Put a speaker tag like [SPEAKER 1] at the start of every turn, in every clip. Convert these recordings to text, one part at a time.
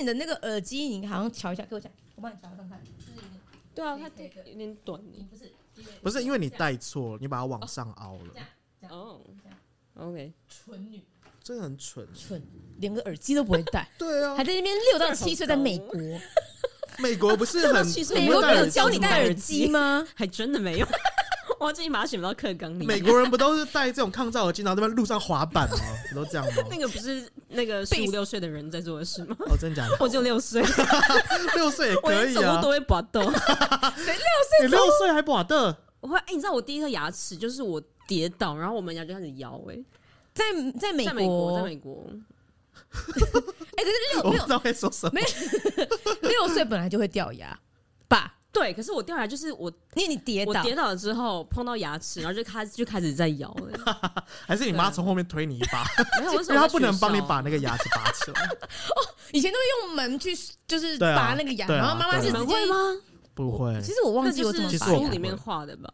[SPEAKER 1] 你的那个耳机，你好像瞧一下，给我讲，我帮你瞧看看。
[SPEAKER 2] 对啊，它
[SPEAKER 1] 可以可以
[SPEAKER 2] 有点短呢。
[SPEAKER 1] 不是，
[SPEAKER 3] 不是因为你戴错了，你把它往上凹了，
[SPEAKER 2] 哦，OK，
[SPEAKER 1] 蠢女，
[SPEAKER 3] 真的很蠢。
[SPEAKER 1] 蠢，连个耳机都不会 戴，
[SPEAKER 3] 对
[SPEAKER 2] 哦
[SPEAKER 3] 啊
[SPEAKER 1] 还，在那边六到七岁，在美国，
[SPEAKER 3] 美国不 是很
[SPEAKER 2] 其实
[SPEAKER 3] 很
[SPEAKER 1] 美
[SPEAKER 3] 会
[SPEAKER 1] 国
[SPEAKER 3] 戴
[SPEAKER 1] 没有
[SPEAKER 3] 耳机
[SPEAKER 1] 教你
[SPEAKER 3] 吗
[SPEAKER 1] 戴耳机吗？
[SPEAKER 2] 还真的没有。 我最近把它选到课纲里。
[SPEAKER 3] 美国人不都是戴这种抗噪耳机，然后在那边路上滑板吗？ 不都这样吗？
[SPEAKER 2] 那个不是那个十五六岁的人在做的事吗？
[SPEAKER 3] 哦，真的 假的？
[SPEAKER 2] 我就六岁，
[SPEAKER 3] 六岁也
[SPEAKER 2] 我
[SPEAKER 3] 可
[SPEAKER 2] 连
[SPEAKER 3] 以
[SPEAKER 2] 走路
[SPEAKER 3] 啊
[SPEAKER 2] 都，会拔豆。
[SPEAKER 3] 你六岁还把的，
[SPEAKER 2] 我会，哎、你知道我第一颗牙齿就是我跌倒，然后我们牙就开始摇、
[SPEAKER 1] 在在
[SPEAKER 2] 哎，
[SPEAKER 1] 美
[SPEAKER 2] 在美国，
[SPEAKER 1] 国，
[SPEAKER 2] 在
[SPEAKER 1] 哎，
[SPEAKER 2] 美国，
[SPEAKER 1] 可是
[SPEAKER 3] 我
[SPEAKER 1] 六
[SPEAKER 3] 不
[SPEAKER 1] 六
[SPEAKER 3] 知道该说什么。
[SPEAKER 1] 六岁本来就会掉牙，爸，
[SPEAKER 2] 对。可是我掉下来就是我
[SPEAKER 1] 你啊你跌
[SPEAKER 2] 我
[SPEAKER 1] 倒，
[SPEAKER 2] 跌倒了之后碰到牙齿，然后就开就开始在摇、哎，
[SPEAKER 3] 还是你妈从后面推你一把，
[SPEAKER 2] 没有，我那时
[SPEAKER 3] 因
[SPEAKER 2] 候
[SPEAKER 3] 为她
[SPEAKER 2] 在
[SPEAKER 3] 不能
[SPEAKER 2] 学校
[SPEAKER 3] 帮你把那个牙齿拔起来。
[SPEAKER 1] 以前都会用门去就是
[SPEAKER 3] 对啊
[SPEAKER 1] 拔那个牙，
[SPEAKER 3] 对啊
[SPEAKER 1] 然后妈妈
[SPEAKER 3] 对
[SPEAKER 1] 是直
[SPEAKER 2] 你
[SPEAKER 3] 啊
[SPEAKER 2] 们
[SPEAKER 1] 接
[SPEAKER 2] 会？吗？
[SPEAKER 3] 不会，
[SPEAKER 1] 其实我忘
[SPEAKER 2] 那
[SPEAKER 1] 记
[SPEAKER 2] 就
[SPEAKER 1] 我怎么
[SPEAKER 2] 是
[SPEAKER 3] 其
[SPEAKER 1] 拔
[SPEAKER 3] 实我
[SPEAKER 2] 书
[SPEAKER 3] 不
[SPEAKER 1] 的，
[SPEAKER 2] 里
[SPEAKER 3] 会
[SPEAKER 2] 面画的吧？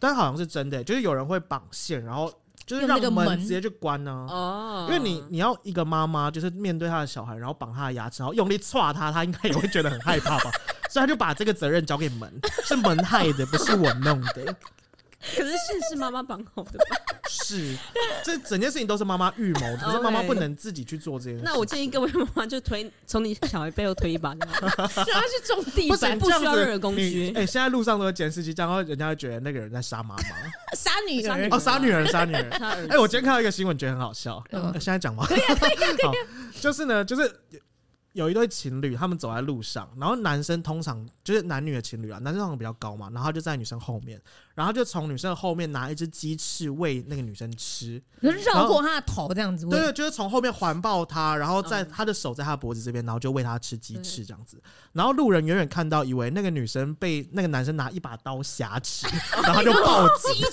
[SPEAKER 3] 但好像是真的，就是有人会绑线，然后就是
[SPEAKER 1] 用那
[SPEAKER 3] 让
[SPEAKER 1] 个门
[SPEAKER 3] 门直接去关呢、
[SPEAKER 2] 哦，
[SPEAKER 3] 因为你你要一个妈妈，就是面对她的小孩，然后绑她的牙齿，然后用力歘她，她应该也会觉得很害怕吧？所以她就把这个责任交给门，是门害的，不是我弄的。
[SPEAKER 2] 可是是是妈妈绑好的吧。
[SPEAKER 3] 是， 这整件事情都是妈妈预谋的，可是妈妈
[SPEAKER 2] OK
[SPEAKER 3] 不能自己去做这件事。
[SPEAKER 2] 那我建议各位妈妈就推从你小孩背后推一把，
[SPEAKER 1] 然后啊去种地
[SPEAKER 3] 不
[SPEAKER 1] 板
[SPEAKER 3] 行，
[SPEAKER 2] 不
[SPEAKER 3] 这样
[SPEAKER 2] 需要任何
[SPEAKER 3] 子
[SPEAKER 2] 工
[SPEAKER 3] 你
[SPEAKER 2] 具
[SPEAKER 3] 哎、现在路上都有监视器，这样会人家会觉得那个人在杀妈 妈，
[SPEAKER 1] 杀女
[SPEAKER 2] 杀
[SPEAKER 1] 儿
[SPEAKER 2] 女
[SPEAKER 3] 哦，，杀女人，杀女人。
[SPEAKER 2] 他儿
[SPEAKER 3] 哎、我今天看到一个新闻，觉得很好笑。哎
[SPEAKER 1] 嗯
[SPEAKER 3] 现在讲吗？可以、 好，就是呢，就是有一对情侣，他们走在路上，然后男生通常就是男女的情侣啊，男生通常比较高嘛，然后他就在女生后面，然后就从女生的后面拿一只鸡翅喂那个女生吃，
[SPEAKER 1] 然后绕过她的头这样子，
[SPEAKER 3] 对对，就是从后面环抱她，然后在
[SPEAKER 2] 嗯
[SPEAKER 3] 她的手在她脖子这边，然后就喂她吃鸡翅这样子。然后路人远远看到，以为那个女生被那个男生拿一把刀挟持，
[SPEAKER 2] 哦
[SPEAKER 3] 然后他就报警，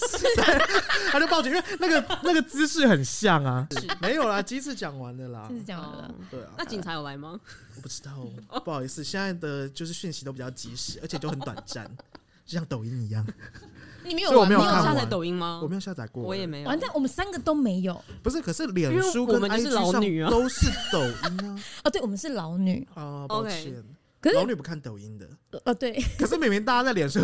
[SPEAKER 3] 他就报警，因为那个那个姿势很像啊。没有啦，鸡翅讲完了啦
[SPEAKER 1] 这。是讲完了
[SPEAKER 2] 哦。
[SPEAKER 3] 对啊，
[SPEAKER 2] 那警察有来吗？
[SPEAKER 3] 我不知道，不好意思，现在的就是讯息都比较及时，而且都很短暂，就像抖音一样。
[SPEAKER 1] 你没有
[SPEAKER 3] 所以我
[SPEAKER 1] 玩
[SPEAKER 3] 没有
[SPEAKER 2] 你有
[SPEAKER 3] 看
[SPEAKER 2] 下
[SPEAKER 3] 完
[SPEAKER 2] 载抖音吗
[SPEAKER 3] 我？没有下载过，
[SPEAKER 2] 嗯我也没有
[SPEAKER 1] 完。蛋，我们三个都没有
[SPEAKER 3] 不是，可是脸书
[SPEAKER 2] 因为我
[SPEAKER 3] 跟
[SPEAKER 2] 们就是
[SPEAKER 3] IG
[SPEAKER 2] 老女啊
[SPEAKER 3] 上都是抖音啊。
[SPEAKER 1] 哦。对，我们是老女，
[SPEAKER 3] 啊，抱
[SPEAKER 2] OK
[SPEAKER 3] 歉。
[SPEAKER 1] 可
[SPEAKER 3] 老
[SPEAKER 1] 是
[SPEAKER 3] 女不看抖音的，
[SPEAKER 1] 呃对，
[SPEAKER 3] 可是明明大家在脸书，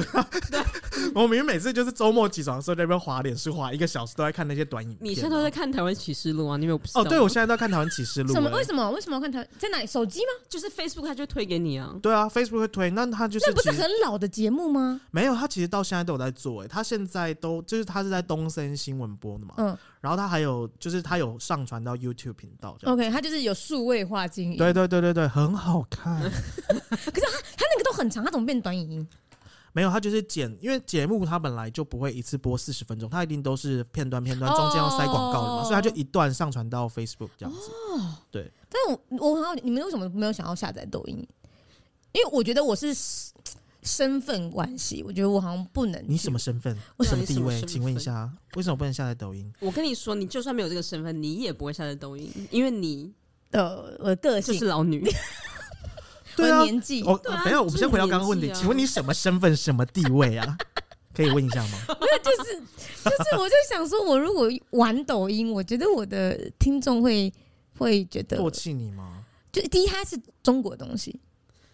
[SPEAKER 3] 我明明每次就是周末起床的时候在那边滑脸书，滑一个小时都在看那些短影片啊。
[SPEAKER 2] 你现在都在看《台湾启示录》啊？你没有不知道
[SPEAKER 3] 哦？
[SPEAKER 2] 吗
[SPEAKER 3] 对，我现在都在看台湾启示录。
[SPEAKER 1] 什么？
[SPEAKER 3] 欸
[SPEAKER 1] 为什么？为什么要看她在哪里？手机吗？
[SPEAKER 2] 就是 Facebook 它就推给你啊。
[SPEAKER 3] 对啊，Facebook 会推，那他就是
[SPEAKER 1] 那不是
[SPEAKER 3] 其实
[SPEAKER 1] 很老的节目吗？
[SPEAKER 3] 没有，他其实到现在都有在做、欸，他现在都就是他是在东森新闻播的嘛，
[SPEAKER 1] 嗯
[SPEAKER 3] 然后他还有就是他有上传到 YouTube 频道这样。
[SPEAKER 1] ，OK，它就是有数位化经营。
[SPEAKER 3] 对对对对对，很好看。
[SPEAKER 1] 嗯它那个都很长，它怎么变短影音？
[SPEAKER 3] 没有，他就是剪，因为节目它本来就不会一次播四十分钟，它一定都是片段片段，中间要塞广告的嘛，
[SPEAKER 1] 哦
[SPEAKER 3] 所以他就一段上传到 Facebook 这样子。
[SPEAKER 1] 但是我我很好奇，你们为什么没有想要下载抖音？因为我觉得我是身份关系，我觉得我好像不能。
[SPEAKER 3] 你什么？身份？
[SPEAKER 2] 对啊
[SPEAKER 3] 什么
[SPEAKER 2] 你
[SPEAKER 3] 地
[SPEAKER 2] 什么
[SPEAKER 3] 位？
[SPEAKER 2] 身份
[SPEAKER 3] 请问一下，为什么不能下载抖音？
[SPEAKER 2] 我跟你说，你就算没有这个身份，你也不会下载抖音，因为你
[SPEAKER 1] 呃，我的个
[SPEAKER 2] 就
[SPEAKER 1] 性，
[SPEAKER 2] 是老女。
[SPEAKER 1] 我
[SPEAKER 3] 对啊
[SPEAKER 1] 的，年纪，
[SPEAKER 3] 我
[SPEAKER 2] 对啊
[SPEAKER 3] 没有，我
[SPEAKER 2] 就
[SPEAKER 3] 们
[SPEAKER 2] 是
[SPEAKER 3] 先回到刚刚问
[SPEAKER 2] 年纪
[SPEAKER 3] 题，
[SPEAKER 2] 啊
[SPEAKER 3] 请问你什么身份？什么地位啊？可以问一下 吗？
[SPEAKER 1] 没有， 就是就是，我就想说，我如果玩抖音，我觉得我的听众会会觉得
[SPEAKER 3] 唾，弃你吗？
[SPEAKER 1] 就第一，它是中国东西，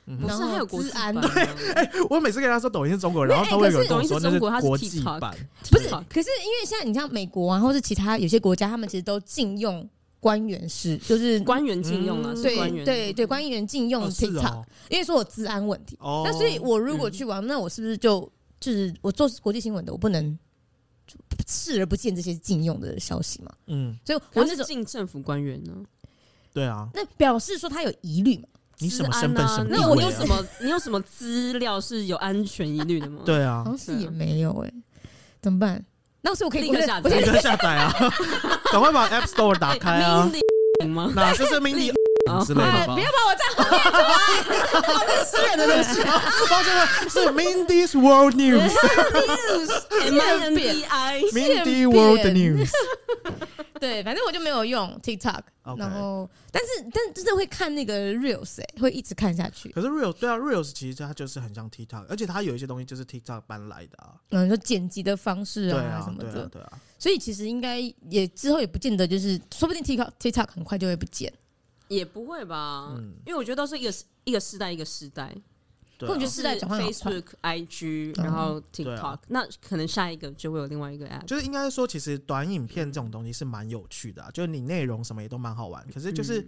[SPEAKER 3] 嗯
[SPEAKER 2] 不
[SPEAKER 3] 哼
[SPEAKER 1] 然
[SPEAKER 2] 是
[SPEAKER 1] 后
[SPEAKER 2] 还有国际
[SPEAKER 1] 治安
[SPEAKER 2] 版啊吗？
[SPEAKER 3] 我每次跟他说抖音是中国
[SPEAKER 1] 没
[SPEAKER 3] 人，
[SPEAKER 1] 有
[SPEAKER 3] 然后都会
[SPEAKER 1] 哎可
[SPEAKER 3] 有
[SPEAKER 1] 是
[SPEAKER 3] 人跟我说那
[SPEAKER 2] 抖音是中国它是
[SPEAKER 3] 国际
[SPEAKER 2] TikTok
[SPEAKER 3] 版，
[SPEAKER 1] 不是
[SPEAKER 2] 对？
[SPEAKER 1] 可是因为现在你像美国啊，或是其他有些国家，他们其实都禁用官员式，就是
[SPEAKER 2] 官员禁用啊，
[SPEAKER 3] 嗯
[SPEAKER 2] 是官
[SPEAKER 1] 对
[SPEAKER 2] 员
[SPEAKER 1] 对对，官员禁用
[SPEAKER 3] 哦是
[SPEAKER 1] TikTok，
[SPEAKER 3] 哦
[SPEAKER 1] 因为说我治安问题。
[SPEAKER 3] 哦。嗯
[SPEAKER 1] 那所以，我如果去玩，那我是不是就就是我做国际新闻的，我不能就视而不见这些禁用的消息嘛？
[SPEAKER 3] 嗯，
[SPEAKER 1] 所以我
[SPEAKER 2] 我
[SPEAKER 1] 那
[SPEAKER 2] 是
[SPEAKER 1] 种
[SPEAKER 2] 进政府官员呢。
[SPEAKER 3] 对啊，
[SPEAKER 1] 那表示说他有疑虑嘛？
[SPEAKER 3] 你什么
[SPEAKER 2] 治安
[SPEAKER 3] 身份？
[SPEAKER 2] 啊
[SPEAKER 3] 什么
[SPEAKER 2] 那
[SPEAKER 3] 地
[SPEAKER 2] 我
[SPEAKER 3] 位
[SPEAKER 2] 有
[SPEAKER 3] 啊
[SPEAKER 2] 什？么？你有什么资料是有安全疑虑的吗？，
[SPEAKER 3] 对啊
[SPEAKER 1] 好，像是
[SPEAKER 2] 对啊
[SPEAKER 1] 也没有哎、怎么办？那所以我可以
[SPEAKER 2] 立刻
[SPEAKER 1] 我可以我可
[SPEAKER 2] 下载
[SPEAKER 1] 以
[SPEAKER 3] 你就下载啊， 赶快把 App Store 打开
[SPEAKER 2] 哎
[SPEAKER 3] 啊，
[SPEAKER 2] 零吗？
[SPEAKER 3] 哪是这 mini 之类
[SPEAKER 1] 哎
[SPEAKER 3] 的吧
[SPEAKER 1] 不？要把我站后面出来，我是私人的东西。
[SPEAKER 3] 抱歉，是 Mindy's World News，Mindy
[SPEAKER 2] M I N D I，
[SPEAKER 3] World
[SPEAKER 1] 变
[SPEAKER 3] News。
[SPEAKER 1] 对，反正我就没有用 TikTok，
[SPEAKER 3] OK
[SPEAKER 1] 然后但是但真的会看那个 Reels，、欸、会一直看下去。
[SPEAKER 3] 可是 Reels 对啊，Reels 其实它就是很像 TikTok，而且它有一些东西就是 TikTok 搬来的啊。
[SPEAKER 1] 嗯，就剪辑的方式
[SPEAKER 3] 对
[SPEAKER 1] 啊什
[SPEAKER 3] 啊，
[SPEAKER 1] 么
[SPEAKER 3] 对
[SPEAKER 1] 的，
[SPEAKER 3] 啊，对啊。
[SPEAKER 1] 所以其实应该也之后也不见得就是，说不定 TikTok TikTok 很快就会不见。
[SPEAKER 2] 也不会吧，
[SPEAKER 3] 嗯
[SPEAKER 2] 因为我觉得都是一个一个世代一个世代，
[SPEAKER 3] 对
[SPEAKER 1] 可我觉
[SPEAKER 3] 啊
[SPEAKER 1] 得世代
[SPEAKER 2] 就是
[SPEAKER 1] 转换好快
[SPEAKER 2] Facebook、IG，
[SPEAKER 1] 嗯
[SPEAKER 2] 然后
[SPEAKER 3] 对
[SPEAKER 2] TikTok，、
[SPEAKER 3] 啊
[SPEAKER 2] 那可能下一个就会有另外一个 app。
[SPEAKER 3] 就是应该说，其实短影片这种东西是蛮有趣的、啊，就是你内容什么也都蛮好玩。可是就是
[SPEAKER 2] 嗯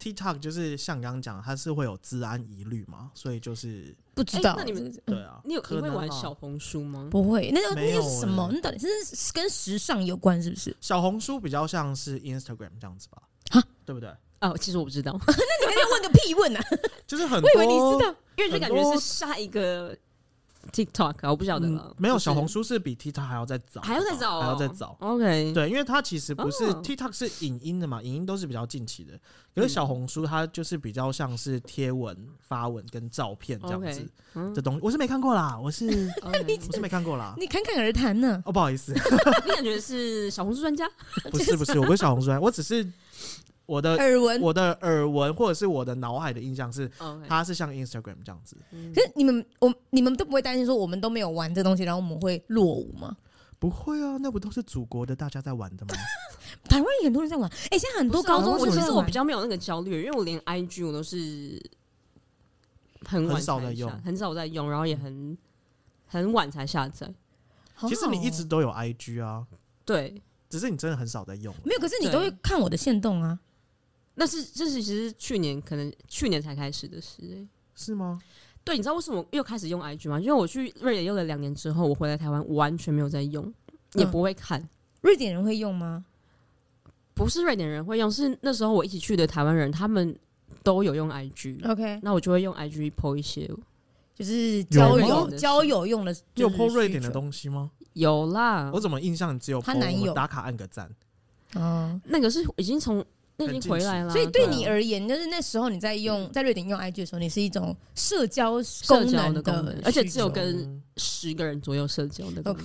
[SPEAKER 3] TikTok，就是像你刚刚讲，它是会有治安疑虑嘛，所以就是
[SPEAKER 1] 不知道
[SPEAKER 2] 哎那你们
[SPEAKER 3] 对啊，
[SPEAKER 2] 你有
[SPEAKER 3] 可
[SPEAKER 2] 你会
[SPEAKER 3] 能
[SPEAKER 2] 玩
[SPEAKER 3] 啊
[SPEAKER 2] 小红书吗？
[SPEAKER 1] 不会，那个
[SPEAKER 3] 没
[SPEAKER 1] 那
[SPEAKER 3] 有
[SPEAKER 1] 个是什么？
[SPEAKER 3] 欸
[SPEAKER 1] 那到底是跟时尚有关是不 是？
[SPEAKER 3] 小红书比较像是 Instagram 这样子吧
[SPEAKER 1] 啊？
[SPEAKER 3] 对不对？
[SPEAKER 2] 哦， 其实我不知道，
[SPEAKER 1] 你刚才问个屁问啊！
[SPEAKER 3] 就是很 多嗯
[SPEAKER 2] 我以为你知道，因为就感
[SPEAKER 3] 很
[SPEAKER 2] 觉
[SPEAKER 3] 多
[SPEAKER 2] 是下一个 TikTok，啊我不晓得了
[SPEAKER 3] 嗯。没有
[SPEAKER 2] 就是
[SPEAKER 3] 小红书是比 TikTok 还要再早，
[SPEAKER 2] 还要再哦找，
[SPEAKER 3] 还要再早。
[SPEAKER 2] OK，
[SPEAKER 3] 对，因为它其实不是
[SPEAKER 2] 嗯哦
[SPEAKER 3] TikTok 是影音的嘛，影音都是比较近期的。可是小红书它就是比较像是贴文、发文跟照片这样子
[SPEAKER 2] OK，嗯
[SPEAKER 3] 的东西，我是没看过啦，我 是
[SPEAKER 2] OK
[SPEAKER 3] 我是没看过啦。
[SPEAKER 1] 你侃侃而谈呢、
[SPEAKER 3] 哦，不好意思，
[SPEAKER 2] 你感觉是小红书专家？
[SPEAKER 3] 不是不是，我不是小红书啊，我只是我的
[SPEAKER 1] 耳闻。
[SPEAKER 3] 呃我的耳闻或者是我的脑海的印象是，
[SPEAKER 2] OK，嗯
[SPEAKER 3] 它是像 Instagram 这样子，
[SPEAKER 1] 可是你们，我你们都不会担心说我们都没有玩这东西，然后我们会落伍吗？
[SPEAKER 3] 不会啊，那不都是祖国的大家在玩的吗？
[SPEAKER 1] 台湾也很多人在玩，哎、现在很多高中
[SPEAKER 2] 啊我
[SPEAKER 1] 生
[SPEAKER 2] 其实
[SPEAKER 1] 在
[SPEAKER 2] 我
[SPEAKER 1] 玩
[SPEAKER 2] 比较没有那个焦虑，因为我连 IG 我都是很晚
[SPEAKER 3] 很少
[SPEAKER 2] 才
[SPEAKER 3] 在用
[SPEAKER 2] 下很少在用，然后也很很晚才下载。
[SPEAKER 1] 好好哦
[SPEAKER 3] 其实你一直都有 IG 啊，
[SPEAKER 2] 对，
[SPEAKER 3] 只是你真的很少在用。
[SPEAKER 1] 没有，可是你都会
[SPEAKER 2] 对
[SPEAKER 1] 看我的线动啊。
[SPEAKER 2] 那是这是其实去年可能去年才开始的事、欸。
[SPEAKER 3] 是吗？
[SPEAKER 2] 对，你知道为什么又开始用 IG 吗？因为我去瑞典用了两年之后，我回来台湾完全没有在用，也
[SPEAKER 1] 嗯
[SPEAKER 2] 不会看。
[SPEAKER 1] 瑞典人会用吗？
[SPEAKER 2] 不是瑞典人会用，是那时候我一起去的台湾人，他们都有用 IG，、
[SPEAKER 1] OK，
[SPEAKER 2] 那我就会用 IG PO 一些
[SPEAKER 1] 就是交
[SPEAKER 3] 有
[SPEAKER 1] 友
[SPEAKER 2] 吗
[SPEAKER 1] 交友用的，
[SPEAKER 3] 你有 PO 瑞典的
[SPEAKER 1] 西
[SPEAKER 3] 东西吗？
[SPEAKER 2] 有啦
[SPEAKER 3] 我，怎么印象只有 PO
[SPEAKER 1] 她嗯男友
[SPEAKER 3] 我打卡按个赞？啊
[SPEAKER 1] 哦。
[SPEAKER 2] 那个是已经从那已经回来了，
[SPEAKER 1] 所以对
[SPEAKER 2] 啊
[SPEAKER 1] 你而言，就是那时候你在
[SPEAKER 2] 嗯
[SPEAKER 1] 用在瑞典用 IG 的时候，你是一种社交
[SPEAKER 2] 社
[SPEAKER 1] 功
[SPEAKER 2] 交
[SPEAKER 1] 能
[SPEAKER 2] 的功能
[SPEAKER 1] 需，
[SPEAKER 2] 而且只有
[SPEAKER 1] 求
[SPEAKER 2] 跟十个人左右社交的功
[SPEAKER 1] OK